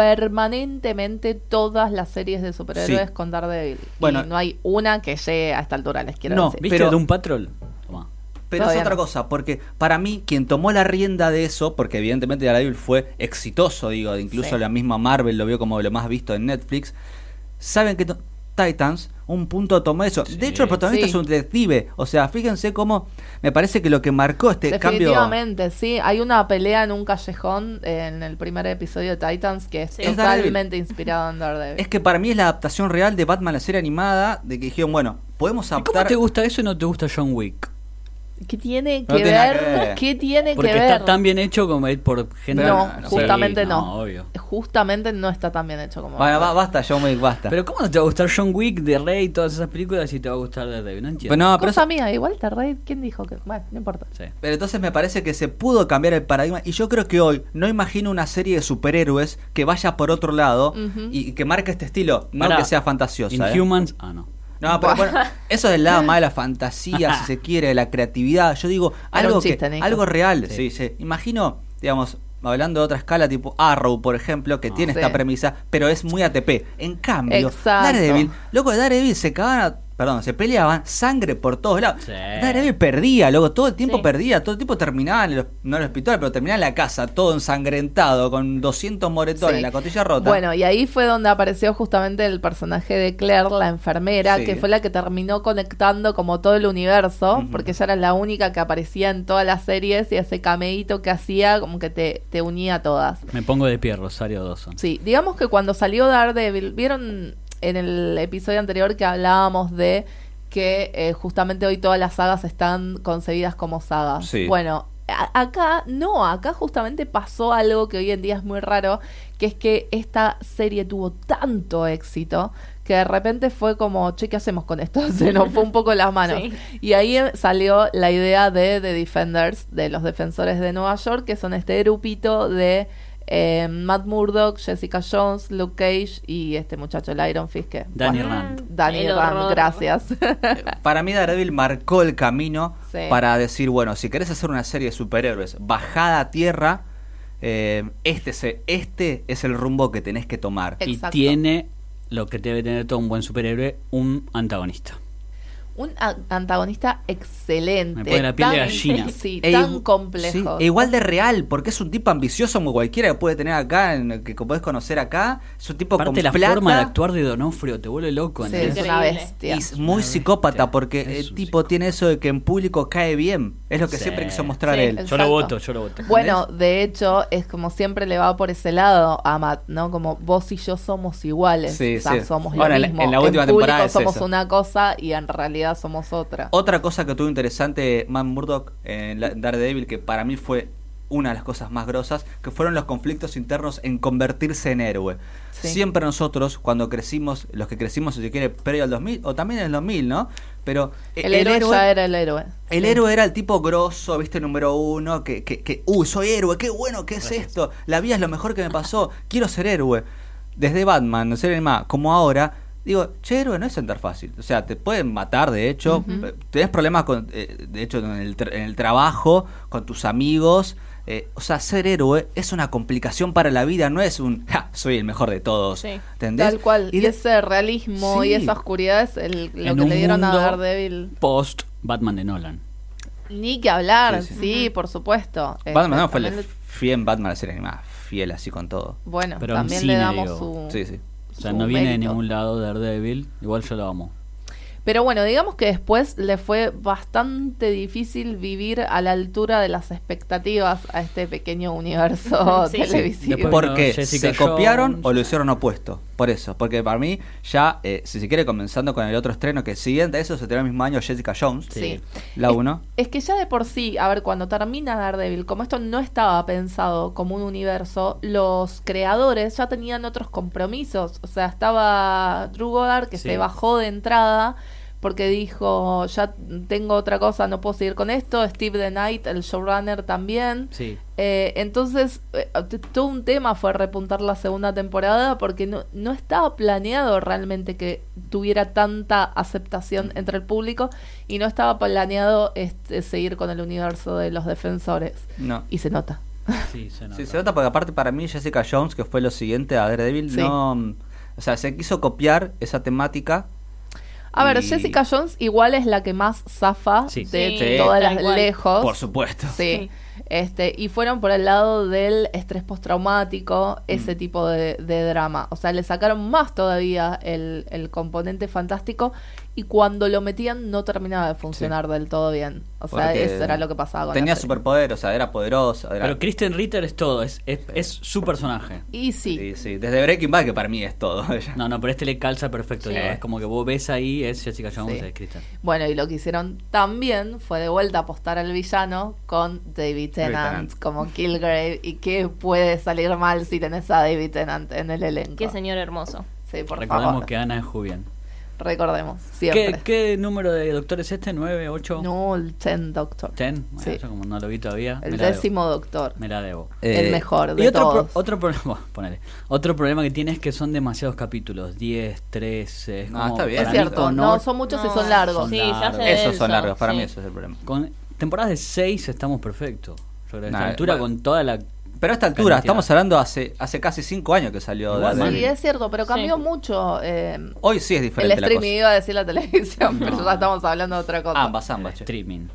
[SPEAKER 3] permanentemente todas las series de superhéroes
[SPEAKER 1] Sí.
[SPEAKER 3] con Daredevil.
[SPEAKER 1] Bueno.
[SPEAKER 3] y no hay una que llegue a esta altura, les quiero
[SPEAKER 1] No.
[SPEAKER 3] decir.
[SPEAKER 2] ¿Viste
[SPEAKER 1] pero-
[SPEAKER 2] de un patrol? Toma.
[SPEAKER 1] Pero
[SPEAKER 3] Todavía
[SPEAKER 1] es otra
[SPEAKER 3] no.
[SPEAKER 1] cosa, porque para mí quien tomó la rienda de eso, porque evidentemente Daredevil fue exitoso, digo, incluso
[SPEAKER 3] Sí.
[SPEAKER 1] la misma Marvel lo vio como lo más visto en Netflix, saben que to- Titans un punto tomó eso. De hecho, el protagonista
[SPEAKER 3] Sí.
[SPEAKER 1] es un detective. O sea, fíjense cómo me parece que lo que marcó este cambio.
[SPEAKER 3] Definitivamente, sí. Hay una pelea en un callejón eh, en el primer episodio de Titans que es
[SPEAKER 4] Sí.
[SPEAKER 1] Es Daredevil.
[SPEAKER 3] totalmente inspirado en Daredevil.
[SPEAKER 1] Es que para mí es la adaptación real de Batman la serie animada, de que dijeron, bueno, podemos
[SPEAKER 2] ¿Y ¿Cómo
[SPEAKER 1] adaptar...
[SPEAKER 2] te gusta eso y no te gusta John Wick?
[SPEAKER 3] ¿Qué tiene que
[SPEAKER 1] No tiene nada
[SPEAKER 3] ver?
[SPEAKER 1] que ver.
[SPEAKER 3] ¿Qué tiene
[SPEAKER 2] Porque
[SPEAKER 3] que ver?
[SPEAKER 2] está tan bien hecho como ir por gente.
[SPEAKER 3] No,
[SPEAKER 1] No, no,
[SPEAKER 3] justamente
[SPEAKER 2] Sí,
[SPEAKER 3] no.
[SPEAKER 2] obvio.
[SPEAKER 3] Justamente no está tan bien hecho como.
[SPEAKER 1] Bueno, ba- basta, John Wick, basta.
[SPEAKER 2] Pero ¿cómo no te va a gustar John Wick, The Rey, todas esas películas si te va a gustar The Rey? No entiendo.
[SPEAKER 1] Pero no, pero,
[SPEAKER 3] Cosa
[SPEAKER 1] eso-
[SPEAKER 3] mía, igual te reí. ¿Quién dijo que.? Bueno, no importa.
[SPEAKER 2] Sí.
[SPEAKER 1] pero entonces me parece que se pudo cambiar el paradigma y yo creo que hoy no imagino una serie de superhéroes que vaya por otro lado
[SPEAKER 3] Ujú.
[SPEAKER 1] y, y que marque este estilo, no
[SPEAKER 2] Pará,
[SPEAKER 1] que sea fantasiosa. ¿eh?
[SPEAKER 2] Inhumans, ah, no.
[SPEAKER 1] No, pero bueno, eso es el lado más de la fantasía, si se quiere, de la creatividad. Yo digo,
[SPEAKER 3] Era
[SPEAKER 1] algo,
[SPEAKER 3] un chiste,
[SPEAKER 1] que-
[SPEAKER 3] Nico.
[SPEAKER 1] algo real. Sí.
[SPEAKER 2] Sí.
[SPEAKER 1] sí. Imagino, digamos, hablando de otra escala, tipo Arrow, por ejemplo, que
[SPEAKER 2] Ah.
[SPEAKER 1] tiene
[SPEAKER 3] Sí.
[SPEAKER 1] esta premisa, pero es muy ATP. En cambio,
[SPEAKER 3] Exacto.
[SPEAKER 1] Daredevil, loco de Daredevil se cagaban, a- perdón, se peleaban sangre por todos lados.
[SPEAKER 2] Sí.
[SPEAKER 1] Daredevil perdía, loco, todo el tiempo
[SPEAKER 4] Sí.
[SPEAKER 1] perdía, todo el tiempo terminaba, en el, no en el hospital, pero terminaba en la casa, todo ensangrentado, con 200 moretones,
[SPEAKER 3] Sí.
[SPEAKER 1] la costilla rota.
[SPEAKER 3] Bueno, y ahí fue donde apareció justamente el personaje de Claire, la enfermera,
[SPEAKER 1] Sí.
[SPEAKER 3] que fue la que terminó conectando como todo el universo,
[SPEAKER 1] Ujú.
[SPEAKER 3] porque ella era la única que aparecía en todas las series y ese cameíto que hacía como que te, te unía a todas.
[SPEAKER 2] Me pongo de pie, Rosario Dawson.
[SPEAKER 3] Sí, digamos que cuando salió Daredevil, vieron en el episodio anterior que hablábamos de que eh, justamente hoy todas las sagas están concebidas como sagas.
[SPEAKER 1] Sí.
[SPEAKER 3] Bueno, a- acá no, acá justamente pasó algo que hoy en día es muy raro, que es que esta serie tuvo tanto éxito que de repente fue como, che, ¿qué hacemos con esto? Se nos fue un poco las manos.
[SPEAKER 4] Sí.
[SPEAKER 3] Y ahí eh, salió la idea de The Defenders, de los defensores de Nueva York, que son este grupito de eh, Matt Murdock, Jessica Jones, Luke Cage y este muchacho, el Iron Fist, que...
[SPEAKER 2] Danny
[SPEAKER 3] bueno,
[SPEAKER 2] Rand.
[SPEAKER 3] Danny
[SPEAKER 4] El
[SPEAKER 3] Rand,
[SPEAKER 4] horror.
[SPEAKER 3] gracias.
[SPEAKER 1] Para mí Daredevil marcó el camino
[SPEAKER 3] Sí.
[SPEAKER 1] para decir, bueno, si querés hacer una serie de superhéroes bajada a tierra, eh, este, es el, este es el rumbo que tenés que tomar.
[SPEAKER 3] Eh. Exacto.
[SPEAKER 2] Y tiene lo que debe tener todo un buen superhéroe, un antagonista.
[SPEAKER 3] Un a- antagonista excelente.
[SPEAKER 2] Me pone la piel de
[SPEAKER 3] tan-
[SPEAKER 2] gallina.
[SPEAKER 3] Sí,
[SPEAKER 1] E
[SPEAKER 3] tan
[SPEAKER 1] igu-
[SPEAKER 3] complejo.
[SPEAKER 1] sí, e igual de real, porque es un tipo ambicioso como cualquiera que puede tener acá, en- que podés conocer acá. Es un tipo
[SPEAKER 2] Aparte
[SPEAKER 1] con
[SPEAKER 2] la
[SPEAKER 1] plata
[SPEAKER 2] forma de actuar de Donofrio te vuelve loco.
[SPEAKER 3] Sí, es
[SPEAKER 2] ¿entendés?
[SPEAKER 3] una
[SPEAKER 4] Increíble.
[SPEAKER 1] y
[SPEAKER 3] bestia.
[SPEAKER 1] es muy
[SPEAKER 2] Es
[SPEAKER 1] psicópata,
[SPEAKER 2] un
[SPEAKER 1] porque el
[SPEAKER 2] psicópata.
[SPEAKER 1] tipo tiene eso de que en público cae bien. Es lo que
[SPEAKER 2] Sí.
[SPEAKER 1] siempre quiso mostrar
[SPEAKER 4] Sí.
[SPEAKER 1] él.
[SPEAKER 2] Yo lo
[SPEAKER 3] Exacto.
[SPEAKER 2] voto, yo lo voto.
[SPEAKER 3] Bueno, de hecho, es como siempre le va por ese lado a Matt, ¿no? Como vos y yo somos iguales.
[SPEAKER 1] Sí,
[SPEAKER 3] o sea,
[SPEAKER 1] sí.
[SPEAKER 3] somos
[SPEAKER 1] Ahora, en
[SPEAKER 3] lo
[SPEAKER 1] la-
[SPEAKER 3] mismo.
[SPEAKER 1] en la última
[SPEAKER 3] público
[SPEAKER 1] temporada es
[SPEAKER 3] somos
[SPEAKER 1] eso.
[SPEAKER 3] una cosa y en realidad somos otra.
[SPEAKER 1] Otra cosa que tuvo interesante Matt Murdock en la- Daredevil, que para mí fue una de las cosas más grosas, que fueron los conflictos internos en convertirse en héroe.
[SPEAKER 3] Sí.
[SPEAKER 1] Siempre nosotros, cuando crecimos, los que crecimos, si se quiere, previo al 2000, o también en el 2000, ¿no? Pero eh,
[SPEAKER 3] el, héroe, ya era el héroe.
[SPEAKER 1] el
[SPEAKER 3] Sí.
[SPEAKER 1] héroe era el tipo grosso, viste, número uno, que, que, que, uh, soy héroe, qué bueno, qué es esto, la vida es lo mejor que me pasó, quiero ser héroe. Desde Batman, no ser más, como ahora, digo, che, héroe no es sentar fácil. O sea, te pueden matar, de hecho,
[SPEAKER 3] Ujú.
[SPEAKER 1] eh, tenés problemas, con, eh, de hecho, en el, tra- en el trabajo, con tus amigos. eh, o sea, ser héroe es una complicación para la vida, no es un, ja, soy el mejor de todos.
[SPEAKER 4] Sí.
[SPEAKER 1] ¿Entendés?
[SPEAKER 3] Tal cual. Y,
[SPEAKER 1] de-
[SPEAKER 3] ese realismo
[SPEAKER 1] Sí.
[SPEAKER 3] y esa oscuridad es el- lo
[SPEAKER 2] En
[SPEAKER 3] que
[SPEAKER 2] un
[SPEAKER 3] le dieron
[SPEAKER 2] mundo-
[SPEAKER 3] a Daredevil.
[SPEAKER 2] Post Batman de Nolan.
[SPEAKER 3] Ni que hablar,
[SPEAKER 1] Sí,
[SPEAKER 3] sí,
[SPEAKER 1] sí.
[SPEAKER 3] por supuesto. Este,
[SPEAKER 1] Batman no, fue el
[SPEAKER 3] también
[SPEAKER 1] fiel Batman, la serie animada, fiel así con todo.
[SPEAKER 3] le- Bueno,
[SPEAKER 2] Pero en
[SPEAKER 3] también
[SPEAKER 2] cine,
[SPEAKER 3] le damos
[SPEAKER 2] digo.
[SPEAKER 3] su.
[SPEAKER 1] Sí, sí.
[SPEAKER 2] O sea,
[SPEAKER 3] su
[SPEAKER 2] no viene de
[SPEAKER 3] mérito.
[SPEAKER 2] ningún lado Daredevil. Igual yo lo amo.
[SPEAKER 3] Pero bueno, digamos que después le fue bastante difícil vivir a la altura de las expectativas a este pequeño universo
[SPEAKER 4] Sí.
[SPEAKER 3] televisivo.
[SPEAKER 2] Después vino
[SPEAKER 1] Porque
[SPEAKER 2] Jessica
[SPEAKER 1] se copiaron
[SPEAKER 2] Jones.
[SPEAKER 1] o lo hicieron opuesto. Por eso, porque para mí ya, eh, si se quiere, comenzando con el otro estreno que siguiente a eso, se tiene el mismo año Jessica Jones,
[SPEAKER 3] Sí.
[SPEAKER 1] la 1.
[SPEAKER 3] Es que ya de por sí, a ver, cuando termina Daredevil, como esto no estaba pensado como un universo, los creadores ya tenían otros compromisos. O sea, estaba Drew Goddard que
[SPEAKER 2] Sí.
[SPEAKER 3] se bajó de entrada porque dijo, ya tengo otra cosa, no puedo seguir con esto. Steve The Knight, el showrunner también.
[SPEAKER 2] Sí.
[SPEAKER 3] Eh, entonces, eh, t- todo un tema fue repuntar la segunda temporada porque no, no estaba planeado realmente que tuviera tanta aceptación
[SPEAKER 1] Mm.
[SPEAKER 3] entre el público y no estaba planeado este, seguir con el universo de los defensores.
[SPEAKER 1] No.
[SPEAKER 3] Y se nota.
[SPEAKER 2] Sí, se nota.
[SPEAKER 1] Sí, se nota porque aparte para mí Jessica Jones, que fue lo siguiente a Daredevil,
[SPEAKER 3] Sí.
[SPEAKER 1] no... O sea, se quiso copiar esa temática.
[SPEAKER 3] A ver,
[SPEAKER 1] y-
[SPEAKER 3] Jessica Jones igual es la que más zafa
[SPEAKER 2] Sí.
[SPEAKER 3] de
[SPEAKER 1] Sí.
[SPEAKER 3] todas
[SPEAKER 4] Tal
[SPEAKER 3] las
[SPEAKER 4] cual.
[SPEAKER 3] lejos.
[SPEAKER 1] Por supuesto.
[SPEAKER 3] Sí.
[SPEAKER 4] Sí.
[SPEAKER 3] Este, y fueron por el lado del estrés postraumático, ese tipo de, de drama. O sea, le sacaron más todavía el, el componente fantástico y cuando lo metían no terminaba de funcionar del todo bien. O sea,
[SPEAKER 1] Porque
[SPEAKER 3] eso era lo que pasaba con la
[SPEAKER 1] Tenía
[SPEAKER 3] serie.
[SPEAKER 1] superpoder, o sea, era poderoso. Era...
[SPEAKER 2] Pero Kristen Ritter es todo, es, es, es su personaje.
[SPEAKER 3] Y sí,
[SPEAKER 1] Sí, sí. Desde Breaking Bad, que para mí es todo. ella.
[SPEAKER 2] No, no, pero este le calza perfecto.
[SPEAKER 1] Sí.
[SPEAKER 2] digo, Es como que vos ves ahí, es Jessica Jones,
[SPEAKER 3] Sí.
[SPEAKER 2] es Kristen.
[SPEAKER 3] Bueno, y lo que hicieron también fue de vuelta apostar al villano con David Tennant,
[SPEAKER 1] Tennant.
[SPEAKER 3] como Kilgrave. ¿Y qué puede salir mal si tenés a David Tennant en el elenco?
[SPEAKER 4] Qué señor hermoso.
[SPEAKER 3] Sí, por
[SPEAKER 2] Recordemos
[SPEAKER 3] favor.
[SPEAKER 2] que Ana es Jubian.
[SPEAKER 3] Recordemos,
[SPEAKER 2] ¿Qué,
[SPEAKER 3] siempre.
[SPEAKER 2] ¿Qué número de doctor es este? ¿9, 8,
[SPEAKER 3] No, el Ten Doctor.
[SPEAKER 2] 10?
[SPEAKER 3] Sí.
[SPEAKER 2] como no lo vi todavía.
[SPEAKER 3] El
[SPEAKER 2] me la debo.
[SPEAKER 3] décimo Doctor.
[SPEAKER 2] Me la debo.
[SPEAKER 1] Eh,
[SPEAKER 3] el mejor de
[SPEAKER 2] y otro, pro-
[SPEAKER 3] todos.
[SPEAKER 2] otro problema, ponele. otro problema que tiene es que son demasiados capítulos, 10, 13, es
[SPEAKER 1] No,
[SPEAKER 2] como
[SPEAKER 1] está bien.
[SPEAKER 3] es
[SPEAKER 2] para mí
[SPEAKER 3] cierto,
[SPEAKER 2] con
[SPEAKER 3] no,
[SPEAKER 2] or-
[SPEAKER 3] son muchos y
[SPEAKER 4] No, eh,
[SPEAKER 3] son largos.
[SPEAKER 4] Sí,
[SPEAKER 2] Son
[SPEAKER 4] se hace
[SPEAKER 2] largos.
[SPEAKER 1] Esos son
[SPEAKER 4] denso,
[SPEAKER 1] largos, para
[SPEAKER 4] sí.
[SPEAKER 1] mí eso es el problema.
[SPEAKER 2] con temporadas de 6 estamos perfectos. Yo creo que a esta
[SPEAKER 1] Nah,
[SPEAKER 2] altura
[SPEAKER 1] bueno.
[SPEAKER 2] con toda la
[SPEAKER 1] Pero a esta altura,
[SPEAKER 2] Cantidad.
[SPEAKER 1] estamos hablando hace hace casi cinco años que salió
[SPEAKER 2] Igual,
[SPEAKER 1] Daredevil.
[SPEAKER 3] Sí, es cierto, pero cambió
[SPEAKER 4] Sí.
[SPEAKER 3] mucho. eh,
[SPEAKER 1] Hoy sí es
[SPEAKER 3] el
[SPEAKER 1] diferente la
[SPEAKER 3] streaming
[SPEAKER 1] cosa.
[SPEAKER 3] iba a decir la televisión, pero
[SPEAKER 2] No.
[SPEAKER 3] ya estamos hablando de otra cosa.
[SPEAKER 1] Ambas, ambas. che.
[SPEAKER 2] streaming.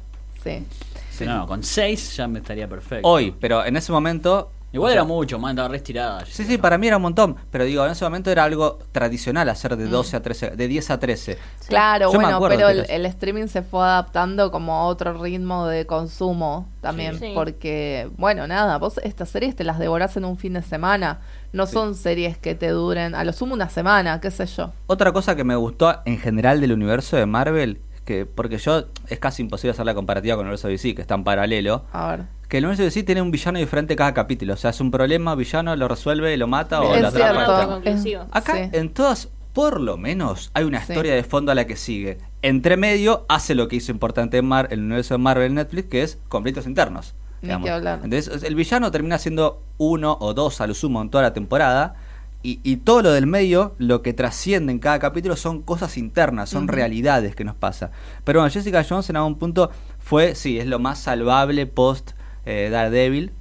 [SPEAKER 3] Sí.
[SPEAKER 1] Sí.
[SPEAKER 2] No, no, con 6 ya me estaría perfecto.
[SPEAKER 1] Hoy, pero en ese momento...
[SPEAKER 2] Igual
[SPEAKER 1] o sea,
[SPEAKER 2] era mucho, man, estaba retirada.
[SPEAKER 1] Sí, sí, para mí era un montón, pero digo, en ese momento era algo tradicional hacer
[SPEAKER 3] Mm.
[SPEAKER 1] de 12 a 13, de 10 a 13.
[SPEAKER 3] Claro,
[SPEAKER 1] Yo me
[SPEAKER 3] bueno,
[SPEAKER 1] acuerdo
[SPEAKER 3] pero
[SPEAKER 1] de
[SPEAKER 3] el,
[SPEAKER 1] los-
[SPEAKER 3] el streaming se fue adaptando como a otro ritmo de consumo también,
[SPEAKER 4] Sí. Sí.
[SPEAKER 3] porque, bueno, nada, vos estas series te las devorás en un fin de semana, no son series que te duren, a lo sumo una semana, qué sé yo.
[SPEAKER 1] Otra cosa que me gustó en general del universo de Marvel, que porque yo es casi imposible hacer la comparativa con el universo DC, que está en paralelo,
[SPEAKER 3] A ver.
[SPEAKER 1] que el universo DC tiene un villano diferente cada capítulo, o sea, es un problema, villano lo resuelve, lo mata o
[SPEAKER 4] Es
[SPEAKER 1] lo
[SPEAKER 4] la
[SPEAKER 1] atrapa. lo
[SPEAKER 4] trama cierto. está
[SPEAKER 1] mata.
[SPEAKER 4] autoconclusiva.
[SPEAKER 1] Acá
[SPEAKER 3] Sí.
[SPEAKER 1] en todas, por lo menos, hay una
[SPEAKER 3] Sí.
[SPEAKER 1] historia de fondo a la que sigue. Entre medio hace lo que hizo importante en Mar el universo de Marvel Netflix, que es conflictos internos.
[SPEAKER 3] Ni
[SPEAKER 1] digamos.
[SPEAKER 3] que hablar.
[SPEAKER 1] Entonces, el villano termina siendo uno o dos a lo sumo en toda la temporada. Y, y todo lo del medio, lo que trasciende en cada capítulo son cosas internas, son
[SPEAKER 3] Ujú.
[SPEAKER 1] realidades que nos pasa. Pero bueno, Jessica Jones en algún punto fue, sí, es lo más salvable post eh, Daredevil,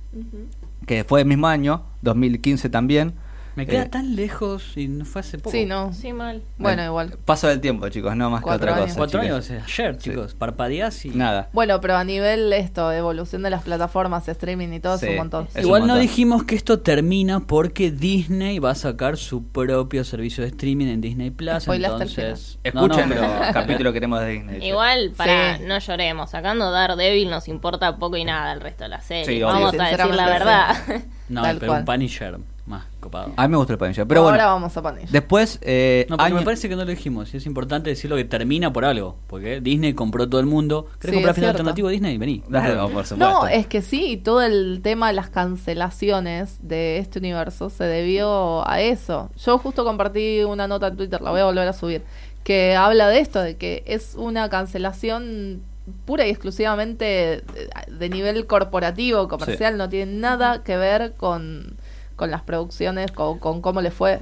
[SPEAKER 1] que fue el mismo año, 2015 también.
[SPEAKER 2] Me queda
[SPEAKER 1] Eh,
[SPEAKER 2] tan lejos y no fue hace poco.
[SPEAKER 3] Sí, no.
[SPEAKER 4] Sí, mal.
[SPEAKER 3] Bueno,
[SPEAKER 1] eh,
[SPEAKER 3] igual.
[SPEAKER 1] Paso del tiempo, chicos, no más que
[SPEAKER 3] Cuatro
[SPEAKER 1] otra
[SPEAKER 3] años.
[SPEAKER 1] cosa.
[SPEAKER 2] Cuatro
[SPEAKER 1] chicos.
[SPEAKER 2] años, eh, ayer,
[SPEAKER 1] Sí.
[SPEAKER 2] chicos. Parpadeás y.
[SPEAKER 1] Nada.
[SPEAKER 3] Bueno, pero a nivel esto, evolución de las plataformas, streaming y todo,
[SPEAKER 1] Sí.
[SPEAKER 3] es un montón.
[SPEAKER 1] Es
[SPEAKER 2] Igual
[SPEAKER 1] un
[SPEAKER 2] no
[SPEAKER 1] montón.
[SPEAKER 2] dijimos que esto termina porque Disney va a sacar su propio servicio de streaming en Disney Plus.
[SPEAKER 3] Spoilaste al
[SPEAKER 2] entonces, No, no,
[SPEAKER 1] Escuchen
[SPEAKER 2] pero-
[SPEAKER 1] los capítulos que tenemos de Disney.
[SPEAKER 4] Igual, para
[SPEAKER 3] Sí.
[SPEAKER 4] no lloremos, sacando Daredevil nos importa poco y nada el resto de la serie.
[SPEAKER 1] Sí, obvio.
[SPEAKER 4] Vamos
[SPEAKER 3] Sí,
[SPEAKER 4] a decir la
[SPEAKER 3] sinceramente,
[SPEAKER 4] verdad.
[SPEAKER 2] No,
[SPEAKER 3] Tal
[SPEAKER 2] pero
[SPEAKER 3] cual.
[SPEAKER 2] un Punisher más copado.
[SPEAKER 1] A mí me gusta el panillo. Pero
[SPEAKER 3] Ahora
[SPEAKER 1] bueno,
[SPEAKER 3] vamos a poner.
[SPEAKER 1] después. eh,
[SPEAKER 2] No, porque
[SPEAKER 1] año-
[SPEAKER 2] me parece que no lo dijimos. y Es importante decirlo que termina por algo. Porque Disney compró todo el mundo. ¿Querés
[SPEAKER 3] Sí,
[SPEAKER 2] comprar
[SPEAKER 3] es
[SPEAKER 2] final
[SPEAKER 3] cierto.
[SPEAKER 2] alternativo Disney? Vení.
[SPEAKER 1] Claro, por supuesto.
[SPEAKER 3] No, es que sí, y todo el tema de las cancelaciones de este universo se debió a eso. Yo justo compartí una nota en Twitter, la voy a volver a subir, que habla de esto, de que es una cancelación pura y exclusivamente de, de nivel corporativo, comercial, no tiene nada que ver con, con las producciones, con, con cómo le fue.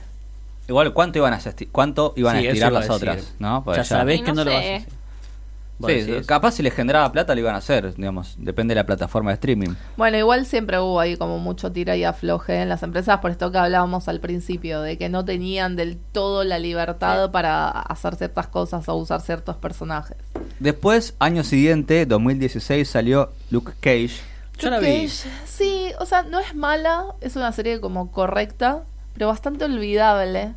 [SPEAKER 1] Igual, ¿cuánto iban a, esti- cuánto iban a
[SPEAKER 2] Sí, eso
[SPEAKER 1] estirar
[SPEAKER 2] iba a
[SPEAKER 1] las
[SPEAKER 2] decir.
[SPEAKER 1] otras? ¿no? Porque
[SPEAKER 2] ya sabés
[SPEAKER 4] Y
[SPEAKER 2] que no,
[SPEAKER 4] no
[SPEAKER 2] lo vas
[SPEAKER 4] sé.
[SPEAKER 2] a hacer. Vos
[SPEAKER 1] Sí,
[SPEAKER 2] decís.
[SPEAKER 1] capaz si les generaba plata lo iban a hacer, digamos. Depende de la plataforma de streaming.
[SPEAKER 3] Bueno, igual siempre hubo ahí como mucho tira y afloje en las empresas, por esto que hablábamos al principio, de que no tenían del todo la libertad para hacer ciertas cosas o usar ciertos personajes.
[SPEAKER 1] Después, año siguiente, 2016, salió Luke Cage.
[SPEAKER 2] Yo la
[SPEAKER 3] Luke
[SPEAKER 2] vi.
[SPEAKER 3] Cage, Sí, o sea, no es mala, es una serie como correcta, pero bastante olvidable.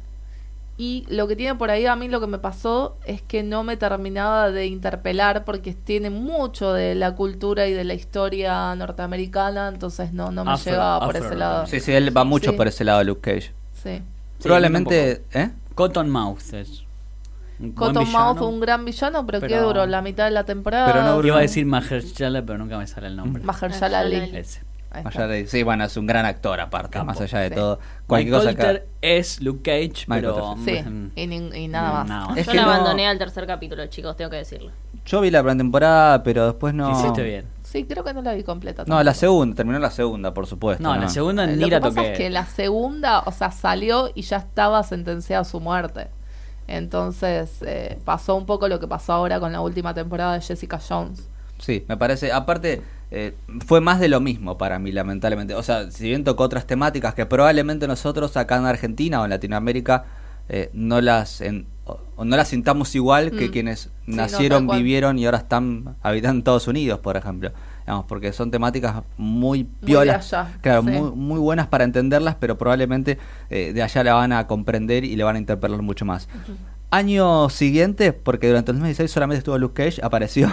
[SPEAKER 3] Y lo que tiene por ahí, a mí lo que me pasó es que no me terminaba de interpelar porque tiene mucho de la cultura y de la historia norteamericana, entonces no, no me
[SPEAKER 2] Afro-
[SPEAKER 3] llegaba por
[SPEAKER 2] afro-
[SPEAKER 3] ese lado.
[SPEAKER 1] Sí, sí, él va mucho
[SPEAKER 3] Sí.
[SPEAKER 1] por ese lado, Luke Cage.
[SPEAKER 3] Sí.
[SPEAKER 2] Sí,
[SPEAKER 1] Probablemente. ¿Eh?
[SPEAKER 2] Cottonmouth es. un buen
[SPEAKER 3] Cottonmouth
[SPEAKER 2] villano.
[SPEAKER 3] fue un gran villano, pero, ¿qué
[SPEAKER 2] Pero-
[SPEAKER 3] duró? La mitad de la temporada.
[SPEAKER 1] Pero no duró.
[SPEAKER 2] Iba a decir Mahershala, pero nunca me sale el nombre.
[SPEAKER 3] Mahershala Ali.
[SPEAKER 4] Mahershala Ali.
[SPEAKER 2] Ese.
[SPEAKER 3] Ahí está.
[SPEAKER 1] Allá de- sí, bueno, es un gran actor aparte,
[SPEAKER 2] Capo.
[SPEAKER 1] más allá de
[SPEAKER 3] Sí.
[SPEAKER 1] todo. Cualquier cosa
[SPEAKER 2] Mike
[SPEAKER 1] acá.
[SPEAKER 2] Colter es Luke Cage,
[SPEAKER 1] Mike
[SPEAKER 2] pero.
[SPEAKER 1] Colter,
[SPEAKER 3] Sí,
[SPEAKER 2] mm,
[SPEAKER 3] y, nin- y nada más.
[SPEAKER 2] nada
[SPEAKER 1] Ah, Es
[SPEAKER 4] Yo
[SPEAKER 1] que
[SPEAKER 4] la
[SPEAKER 1] no-
[SPEAKER 4] abandoné al tercer capítulo, chicos, tengo que decirlo.
[SPEAKER 1] Yo vi la primera temporada, pero después no.
[SPEAKER 2] Hiciste bien.
[SPEAKER 3] Sí, creo que no la vi completa.
[SPEAKER 1] No, la
[SPEAKER 3] tampoco.
[SPEAKER 1] segunda, terminó la segunda, por supuesto.
[SPEAKER 2] No, la segunda
[SPEAKER 3] Eh,
[SPEAKER 2] ni
[SPEAKER 3] Lo que
[SPEAKER 2] la
[SPEAKER 3] pasa
[SPEAKER 2] toqué.
[SPEAKER 3] es que la segunda, o sea, salió y ya estaba sentenciada a su muerte. Entonces eh, pasó un poco lo que pasó ahora con la última temporada de Jessica Jones.
[SPEAKER 1] Sí, me parece. Aparte, eh, fue más de lo mismo para mí, lamentablemente. O sea, si bien tocó otras temáticas que probablemente nosotros acá en Argentina o en Latinoamérica eh, no las en- o- o no las sintamos igual que
[SPEAKER 3] Mm.
[SPEAKER 1] quienes
[SPEAKER 3] no,
[SPEAKER 1] nacieron,
[SPEAKER 3] tal cual.
[SPEAKER 1] vivieron y ahora están habitando Estados Unidos, por ejemplo. digamos, porque son temáticas muy piolas,
[SPEAKER 3] allá,
[SPEAKER 1] claro,
[SPEAKER 3] sí.
[SPEAKER 1] muy, muy buenas para entenderlas, pero probablemente eh, de allá la van a comprender y le van a interpelar mucho más. Año siguiente, porque durante el 2016 solamente estuvo Luke Cage, apareció,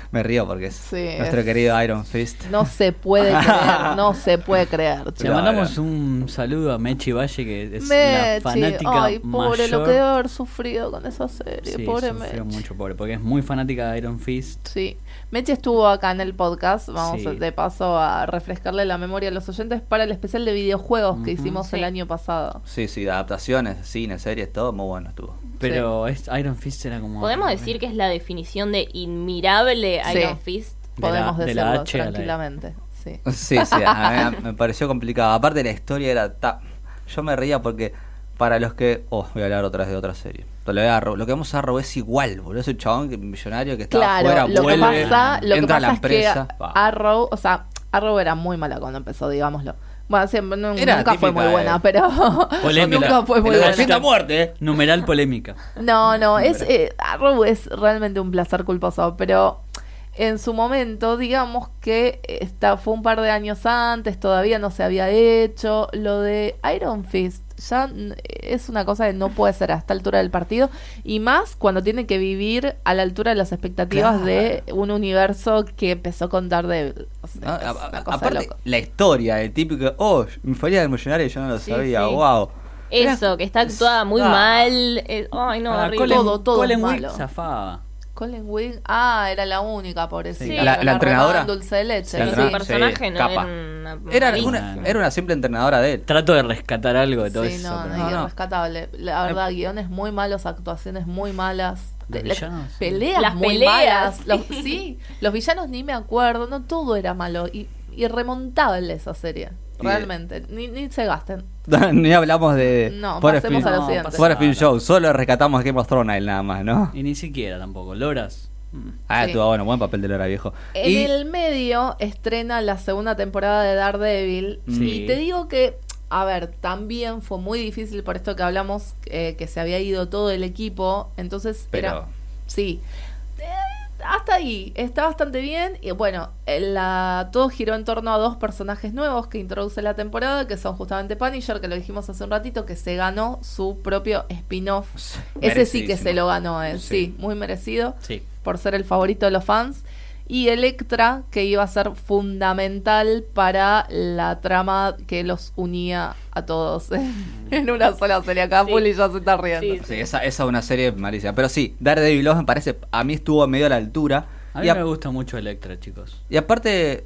[SPEAKER 1] me río porque es
[SPEAKER 3] Sí,
[SPEAKER 1] nuestro
[SPEAKER 3] es-
[SPEAKER 1] querido Iron Fist.
[SPEAKER 3] No se puede creer, no se puede creer.
[SPEAKER 2] Le
[SPEAKER 1] Claro.
[SPEAKER 2] mandamos un saludo a Mechi Valle, que es la
[SPEAKER 3] Mechi,
[SPEAKER 2] fanática
[SPEAKER 3] ay, pobre,
[SPEAKER 2] mayor.
[SPEAKER 3] lo que debe haber sufrido con esa serie,
[SPEAKER 2] Sí,
[SPEAKER 3] pobre
[SPEAKER 2] sufrió
[SPEAKER 3] Mechi.
[SPEAKER 2] mucho, pobre, porque es muy fanática de Iron Fist.
[SPEAKER 3] Sí, Mechi estuvo acá en el podcast, vamos
[SPEAKER 2] Sí.
[SPEAKER 3] a- de paso a refrescarle la memoria a los oyentes para el especial de videojuegos que hicimos
[SPEAKER 4] Sí.
[SPEAKER 3] el año pasado.
[SPEAKER 1] Sí, sí, adaptaciones, cine, series, todo muy bueno estuvo.
[SPEAKER 2] Pero es- Iron Fist era
[SPEAKER 1] Ah,
[SPEAKER 2] como...
[SPEAKER 4] Podemos decir que es la definición de inmirable
[SPEAKER 3] Sí.
[SPEAKER 4] Iron Fist.
[SPEAKER 2] De la-
[SPEAKER 3] Podemos
[SPEAKER 2] de la
[SPEAKER 3] decirlo
[SPEAKER 2] H a la E.
[SPEAKER 3] tranquilamente. Sí.
[SPEAKER 1] Sí, sí, a mí me pareció complicado. Aparte la historia era... ta- Yo me reía porque para los que... Oh, voy a hablar otra vez de otra serie. Lo, de Arrow- lo que vemos a Arrow es igual, boludo. Es un chabón que- millonario que estaba
[SPEAKER 3] Claro,
[SPEAKER 1] afuera,
[SPEAKER 3] lo, que
[SPEAKER 1] vuelve,
[SPEAKER 3] pasa, lo que
[SPEAKER 1] entra a
[SPEAKER 3] pasa
[SPEAKER 1] la
[SPEAKER 3] es que
[SPEAKER 1] empresa. Va.
[SPEAKER 3] Arrow, o sea, Arrow era muy mala cuando empezó, digámoslo. Bueno, siempre, nu-
[SPEAKER 1] Era
[SPEAKER 3] nunca fue
[SPEAKER 1] típica,
[SPEAKER 3] muy buena,
[SPEAKER 1] eh,
[SPEAKER 3] pero
[SPEAKER 2] Polémica.
[SPEAKER 3] nunca fue muy
[SPEAKER 1] Pero
[SPEAKER 3] buena.
[SPEAKER 1] defienda muerte, eh.
[SPEAKER 2] Numeral polémica.
[SPEAKER 3] No, no, es,
[SPEAKER 1] Hombre.
[SPEAKER 3] eh, Arrow es realmente un placer culposo, pero en su momento, digamos que esta, fue un par de años antes, todavía no se había hecho. Lo de Iron Fist ya n- eh, es una cosa que no puede ser a esta altura del partido, y más cuando tiene que vivir a la altura de las expectativas de un universo que empezó con Daredevil. O sea,
[SPEAKER 1] ¿no?
[SPEAKER 3] es
[SPEAKER 1] A-
[SPEAKER 3] una
[SPEAKER 1] a-
[SPEAKER 3] cosa de
[SPEAKER 1] aparte,
[SPEAKER 3] loco.
[SPEAKER 1] la historia, el típico, oh, mi familia del millonario yo no lo
[SPEAKER 4] Sí,
[SPEAKER 1] sabía,
[SPEAKER 4] sí.
[SPEAKER 1] wow.
[SPEAKER 4] Eso, que está actuada muy
[SPEAKER 1] Ah.
[SPEAKER 4] mal. es- ay, no,
[SPEAKER 2] Ah,
[SPEAKER 4] horrible.
[SPEAKER 3] Colin- Todo, todo
[SPEAKER 2] Colin
[SPEAKER 3] es
[SPEAKER 2] Wing
[SPEAKER 3] malo.
[SPEAKER 2] zafaba.
[SPEAKER 3] Colin Wing, ah, era la única, pobrecita.
[SPEAKER 4] Sí.
[SPEAKER 3] que
[SPEAKER 4] La-
[SPEAKER 1] la
[SPEAKER 3] la
[SPEAKER 1] entrenadora.
[SPEAKER 3] robaban dulce de leche.
[SPEAKER 1] La
[SPEAKER 4] Pero
[SPEAKER 3] sí.
[SPEAKER 4] su
[SPEAKER 1] entrenadora.
[SPEAKER 4] personaje
[SPEAKER 1] Sí,
[SPEAKER 4] no
[SPEAKER 1] capa.
[SPEAKER 4] era una.
[SPEAKER 1] Era
[SPEAKER 4] maravilla.
[SPEAKER 1] una, era una simple entrenadora de él.
[SPEAKER 2] Trato de rescatar algo de todo
[SPEAKER 3] sí,
[SPEAKER 2] eso.
[SPEAKER 3] no,
[SPEAKER 2] pero
[SPEAKER 3] no,
[SPEAKER 1] no.
[SPEAKER 3] y
[SPEAKER 1] No, no.
[SPEAKER 3] rescatable. La verdad, guiones muy malos, actuaciones muy malas. Eh,
[SPEAKER 2] Los
[SPEAKER 3] Las
[SPEAKER 2] villanos.
[SPEAKER 3] peleas
[SPEAKER 4] Las
[SPEAKER 3] muy
[SPEAKER 4] peleas,
[SPEAKER 3] malas. Los, sí, los villanos ni me acuerdo, no todo era malo. Y, y remontable esa serie,
[SPEAKER 1] Y-
[SPEAKER 3] realmente. Ni, ni se gasten.
[SPEAKER 1] Ni hablamos de...
[SPEAKER 3] No,
[SPEAKER 1] Forest
[SPEAKER 3] pasemos
[SPEAKER 1] Film-
[SPEAKER 3] a lo
[SPEAKER 2] No,
[SPEAKER 3] siguiente.
[SPEAKER 2] pasemos.
[SPEAKER 1] Forest Film Show, solo rescatamos Game of Thrones a él nada más, ¿no?
[SPEAKER 2] Y ni siquiera tampoco. Loras. mm.
[SPEAKER 1] Ah,
[SPEAKER 3] Sí.
[SPEAKER 1] estuvo bueno, buen papel de Lora viejo.
[SPEAKER 3] En
[SPEAKER 1] y
[SPEAKER 3] el medio estrena la segunda temporada de Daredevil.
[SPEAKER 2] Sí.
[SPEAKER 3] Y te digo que, a ver, también fue muy difícil por esto que hablamos, eh, que se había ido todo el equipo. Entonces
[SPEAKER 1] Pero-
[SPEAKER 3] era. Sí. Eh, hasta ahí. Está bastante bien. Y bueno, eh, la, todo giró en torno a dos personajes nuevos que introduce la temporada, que son justamente Punisher, que lo dijimos hace un ratito, que se ganó su propio spin-off. Ese sí que se lo ganó él. sí
[SPEAKER 1] Sí.
[SPEAKER 3] muy merecido
[SPEAKER 2] Sí.
[SPEAKER 3] por ser el favorito de los fans. Y Electra, que iba a ser fundamental para la trama que los unía a todos. en una sola serie acá,
[SPEAKER 4] Sí.
[SPEAKER 3] Puli ya se está riendo.
[SPEAKER 4] Sí.
[SPEAKER 1] Sí, esa, esa es una serie malísima. Pero sí, Daredevil 2 me parece, a mí estuvo medio a la altura.
[SPEAKER 2] A
[SPEAKER 1] y,
[SPEAKER 2] mí
[SPEAKER 1] a-
[SPEAKER 2] me gusta mucho Electra, chicos.
[SPEAKER 1] y aparte,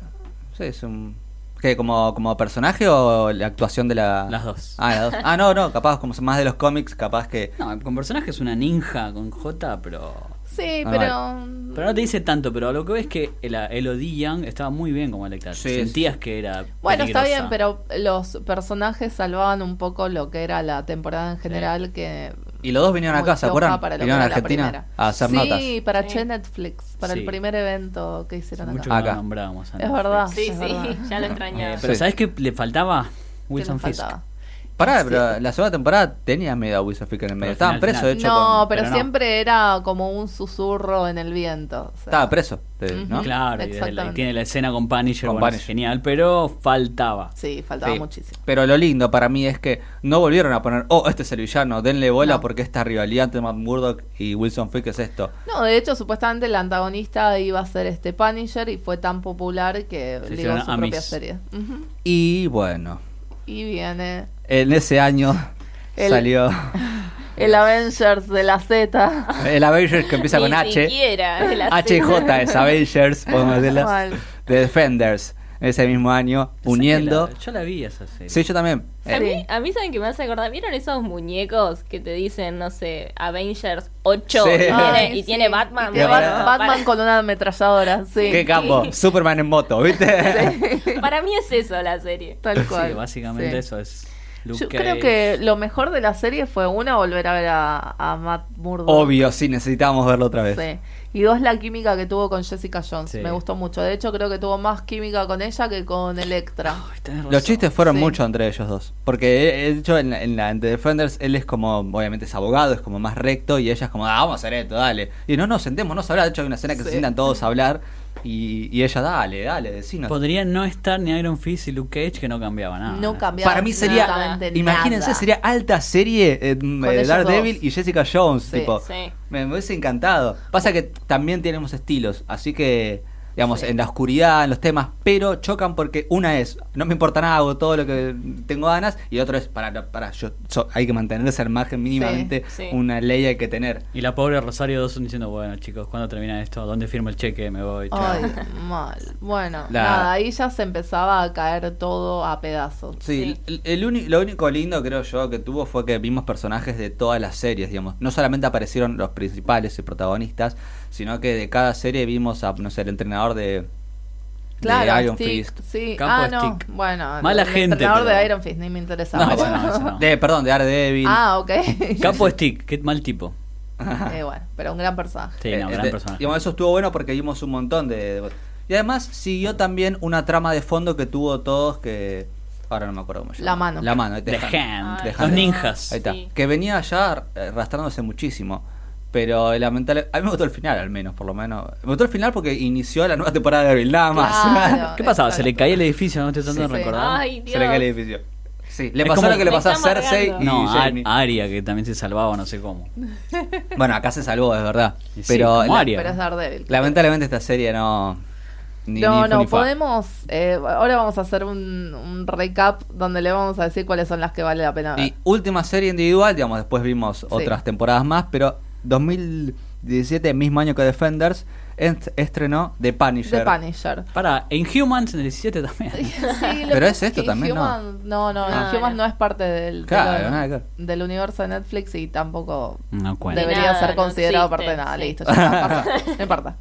[SPEAKER 1] sí, es un... ¿Qué, como, como personaje o la actuación de la...?
[SPEAKER 2] Las dos.
[SPEAKER 1] Ah, las dos. Ah, no, no, capaz, como más de los cómics, capaz que...
[SPEAKER 2] No, con personaje es una ninja con J, pero...
[SPEAKER 3] Sí,
[SPEAKER 1] Ah,
[SPEAKER 3] pero.
[SPEAKER 2] Pero no te dice tanto, pero lo que ves es que el, Elodie Young estaba muy bien como Electra.
[SPEAKER 1] Sí,
[SPEAKER 2] Sentías que era
[SPEAKER 3] Bueno, está
[SPEAKER 2] peligrosa.
[SPEAKER 3] bien, pero los personajes salvaban un poco lo que era la temporada en general. que
[SPEAKER 1] Y los dos vinieron
[SPEAKER 3] muy
[SPEAKER 1] acá, ¿se
[SPEAKER 3] floja
[SPEAKER 1] acuerdan?
[SPEAKER 3] para lo que
[SPEAKER 1] Vinieron a
[SPEAKER 3] era la
[SPEAKER 1] Argentina
[SPEAKER 3] primera.
[SPEAKER 1] a hacer
[SPEAKER 3] sí,
[SPEAKER 1] notas.
[SPEAKER 3] para
[SPEAKER 4] Sí.
[SPEAKER 3] Che Netflix, para el
[SPEAKER 2] Sí.
[SPEAKER 3] primer evento que
[SPEAKER 2] Hace
[SPEAKER 3] hicieron
[SPEAKER 2] mucho que
[SPEAKER 3] acá.
[SPEAKER 1] Acá.
[SPEAKER 2] no nombrábamos a
[SPEAKER 3] Es
[SPEAKER 2] Netflix.
[SPEAKER 3] verdad.
[SPEAKER 4] Sí,
[SPEAKER 3] es
[SPEAKER 4] sí,
[SPEAKER 3] verdad.
[SPEAKER 4] ya lo
[SPEAKER 2] Eh,
[SPEAKER 4] extrañaba.
[SPEAKER 2] pero
[SPEAKER 1] Sí.
[SPEAKER 2] ¿sabés qué le faltaba?
[SPEAKER 1] Ah,
[SPEAKER 3] ¿Qué nos
[SPEAKER 2] Wilson Fisk.
[SPEAKER 3] faltaba?
[SPEAKER 1] Pará,
[SPEAKER 3] Ah, Sí.
[SPEAKER 1] pero la segunda temporada tenía medio a Wilson Fick en el medio.
[SPEAKER 2] Pero
[SPEAKER 1] Estaban
[SPEAKER 2] al
[SPEAKER 1] presos,
[SPEAKER 2] final,
[SPEAKER 1] de
[SPEAKER 2] al
[SPEAKER 1] hecho.
[SPEAKER 3] no,
[SPEAKER 1] con-
[SPEAKER 3] pero,
[SPEAKER 2] pero no.
[SPEAKER 3] siempre era como un susurro en el viento. o sea.
[SPEAKER 1] Estaba preso, de- ¿no?
[SPEAKER 3] Ujú.
[SPEAKER 2] Claro, y desde la- y
[SPEAKER 3] Exactamente.
[SPEAKER 2] tiene la escena con Punisher,
[SPEAKER 1] Con
[SPEAKER 2] bueno, es
[SPEAKER 1] Punisher.
[SPEAKER 2] genial, pero faltaba.
[SPEAKER 3] Sí, faltaba
[SPEAKER 1] Sí.
[SPEAKER 3] muchísimo.
[SPEAKER 1] Pero lo lindo para mí es que no volvieron a poner, oh, este es el villano, denle bola
[SPEAKER 3] No.
[SPEAKER 1] porque esta rivalidad entre Matt Murdock y Wilson Fick es esto.
[SPEAKER 3] No, de hecho, supuestamente el antagonista iba a ser este Punisher y fue tan popular que
[SPEAKER 2] Se
[SPEAKER 3] le dio
[SPEAKER 2] hicieron
[SPEAKER 3] su
[SPEAKER 2] amis.
[SPEAKER 3] propia serie. Ujú.
[SPEAKER 1] Y bueno,
[SPEAKER 3] Y viene
[SPEAKER 1] en ese año
[SPEAKER 3] El-
[SPEAKER 1] salió
[SPEAKER 3] el Avengers de la Z.
[SPEAKER 1] el Avengers que empieza
[SPEAKER 4] Ni
[SPEAKER 1] con H.
[SPEAKER 4] siquiera de la
[SPEAKER 1] HJ es Avengers, podemos decirlas.
[SPEAKER 3] Mal.
[SPEAKER 1] The Defenders, ese mismo año, uniendo.
[SPEAKER 2] Yo la vi esa serie.
[SPEAKER 1] Sí, yo también.
[SPEAKER 4] A
[SPEAKER 1] Eh,
[SPEAKER 4] mí, a mí saben que me hace acordar, ¿vieron esos muñecos que te dicen, no sé, Avengers 8
[SPEAKER 1] Sí.
[SPEAKER 4] y, tiene,
[SPEAKER 3] Ay,
[SPEAKER 4] y
[SPEAKER 3] sí.
[SPEAKER 4] tiene Batman?
[SPEAKER 3] Y tiene
[SPEAKER 1] bueno,
[SPEAKER 3] Bat-
[SPEAKER 4] para-
[SPEAKER 3] Batman con una ametralladora, sí.
[SPEAKER 1] Qué capo, Superman en moto, ¿viste?
[SPEAKER 4] Para, para mí es eso la serie.
[SPEAKER 3] Tal cual.
[SPEAKER 2] Sí, básicamente
[SPEAKER 3] Sí.
[SPEAKER 2] eso es Luke
[SPEAKER 3] Yo creo
[SPEAKER 2] Cage.
[SPEAKER 3] que lo mejor de la serie fue, una, volver a ver a, a Matt Murdock.
[SPEAKER 1] Obvio, sí, necesitábamos verlo otra vez.
[SPEAKER 3] Sí. Y dos, la química que tuvo con Jessica Jones.
[SPEAKER 2] Sí.
[SPEAKER 3] Me gustó mucho. De hecho, creo que tuvo más química con ella que con Electra.
[SPEAKER 2] Ay, tenés razón.
[SPEAKER 1] Los chistes fueron
[SPEAKER 3] Sí.
[SPEAKER 1] mucho entre ellos dos. Porque, eh, de hecho, en, la- en la en The Defenders, él es como, obviamente es abogado, es como más recto, y ella es como, ah, vamos a hacer esto, dale. Y no, no, sentémonos a hablar. De hecho, hay una escena que
[SPEAKER 3] Sí.
[SPEAKER 1] se sientan todos a hablar. Y, y ella, dale, dale, decinos.
[SPEAKER 3] Pues,
[SPEAKER 2] Podrían no estar ni Iron Fist y Luke Cage que Ah, no cambiaba nada.
[SPEAKER 3] no cambiaba.
[SPEAKER 1] Para mí sería,
[SPEAKER 3] absolutamente
[SPEAKER 1] imagínense,
[SPEAKER 3] nada.
[SPEAKER 1] sería alta serie eh, eh,
[SPEAKER 3] ellos
[SPEAKER 1] Daredevil
[SPEAKER 3] dos.
[SPEAKER 1] y Jessica Jones,
[SPEAKER 3] Sí,
[SPEAKER 1] tipo.
[SPEAKER 4] sí.
[SPEAKER 1] Me, me hubiese encantado. Pasa que también tenemos estilos, así que, digamos, en la oscuridad, en los temas, pero chocan porque una es, no me importa nada, hago todo lo que tengo ganas, y otra es, para, para, yo, so- hay que mantenerse al margen mínimamente,
[SPEAKER 4] Sí, sí.
[SPEAKER 1] una ley hay que tener.
[SPEAKER 2] Y la pobre Rosario Dawson diciendo, bueno chicos, ¿cuándo termina esto? ¿Dónde firmo el cheque? Me voy. chao".
[SPEAKER 3] Ay, mal. Bueno,
[SPEAKER 1] La-
[SPEAKER 3] nada, ahí ya se empezaba a caer todo a pedazos.
[SPEAKER 1] Sí,
[SPEAKER 4] Sí.
[SPEAKER 1] el- el uni- lo único lindo creo yo que tuvo fue que vimos personajes de todas las series, digamos. No solamente aparecieron los principales y protagonistas, sino que de cada serie vimos a, no sé, el entrenador de,
[SPEAKER 3] Claro,
[SPEAKER 1] de Iron
[SPEAKER 3] Stick,
[SPEAKER 1] Fist.
[SPEAKER 3] sí.
[SPEAKER 2] Campo
[SPEAKER 3] ah,
[SPEAKER 2] de
[SPEAKER 3] no.
[SPEAKER 2] Stick.
[SPEAKER 3] Bueno,
[SPEAKER 2] Mala
[SPEAKER 3] el
[SPEAKER 2] gente,
[SPEAKER 3] entrenador
[SPEAKER 2] pero-
[SPEAKER 3] de Iron Fist ni me interesaba.
[SPEAKER 1] No,
[SPEAKER 2] ese
[SPEAKER 1] bueno,
[SPEAKER 2] no, ese no.
[SPEAKER 1] De, perdón, de Daredevil.
[SPEAKER 3] Ah, ok.
[SPEAKER 2] Capo Stick, qué mal tipo.
[SPEAKER 3] Eh, bueno, pero un gran personaje.
[SPEAKER 2] Sí,
[SPEAKER 1] Eh,
[SPEAKER 2] no,
[SPEAKER 1] eh,
[SPEAKER 2] gran
[SPEAKER 1] de-
[SPEAKER 2] personaje.
[SPEAKER 1] digamos, eso estuvo bueno porque vimos un montón de, de- Y además siguió también una trama de fondo que tuvo todos que... Ahora no me acuerdo cómo se
[SPEAKER 3] La
[SPEAKER 1] llama.
[SPEAKER 3] mano.
[SPEAKER 1] La mano. ahí te
[SPEAKER 2] The
[SPEAKER 1] dejan.
[SPEAKER 2] Hand,
[SPEAKER 1] The
[SPEAKER 2] Ah, los
[SPEAKER 1] Hand.
[SPEAKER 2] ninjas.
[SPEAKER 1] Ahí está.
[SPEAKER 4] Sí.
[SPEAKER 1] Que venía ya eh, arrastrándose muchísimo. Pero eh, lamentable. A mí me gustó el final, al menos, por lo menos. Me gustó el final porque inició la nueva temporada de Daredevil, nada más.
[SPEAKER 3] Claro.
[SPEAKER 2] ¿Qué pasaba? ¿Se
[SPEAKER 3] exacto.
[SPEAKER 2] le caía el edificio? No estoy tratando
[SPEAKER 3] Sí,
[SPEAKER 2] de
[SPEAKER 3] sí.
[SPEAKER 2] recordar.
[SPEAKER 4] Ay, Dios.
[SPEAKER 1] Se le cae el edificio. Sí, le
[SPEAKER 2] Es
[SPEAKER 1] pasó
[SPEAKER 2] como-
[SPEAKER 1] lo que le
[SPEAKER 4] Me
[SPEAKER 1] pasó a
[SPEAKER 4] está
[SPEAKER 1] Cersei y
[SPEAKER 4] amargando.
[SPEAKER 2] No, ah, Ar-
[SPEAKER 1] Jaime.
[SPEAKER 2] Aria que también se salvaba, no sé cómo.
[SPEAKER 1] Bueno, acá se salvó, es verdad.
[SPEAKER 2] Y sí,
[SPEAKER 1] Pero
[SPEAKER 2] como
[SPEAKER 1] la-
[SPEAKER 2] Aria.
[SPEAKER 3] Pero es Daredevil.
[SPEAKER 1] lamentablemente esta serie no. ni- ni
[SPEAKER 3] no,
[SPEAKER 1] fu
[SPEAKER 3] no,
[SPEAKER 1] ni fa.
[SPEAKER 3] podemos. eh, ahora vamos a hacer un, un recap donde le vamos a decir cuáles son las que vale la pena ver.
[SPEAKER 1] Y última serie individual, digamos, después vimos otras temporadas más, pero 2017, mismo año que Defenders, est- estrenó The Punisher.
[SPEAKER 3] The Punisher.
[SPEAKER 2] Para, en Humans en el 17 también.
[SPEAKER 3] Sí, lo
[SPEAKER 1] Pero
[SPEAKER 3] que
[SPEAKER 1] es esto
[SPEAKER 3] que
[SPEAKER 1] también, ¿no?
[SPEAKER 3] Inhumans- no, no,
[SPEAKER 4] Ah.
[SPEAKER 3] Inhumans no es parte del,
[SPEAKER 1] Claro,
[SPEAKER 3] del-
[SPEAKER 1] nada que ver.
[SPEAKER 3] del universo de Netflix y tampoco
[SPEAKER 2] No cuenta.
[SPEAKER 4] De
[SPEAKER 3] debería
[SPEAKER 4] Nada,
[SPEAKER 3] ser
[SPEAKER 4] no
[SPEAKER 3] considerado
[SPEAKER 4] existe,
[SPEAKER 3] parte de nada.
[SPEAKER 4] sí.
[SPEAKER 3] Listo, ya está, pasa. No importa.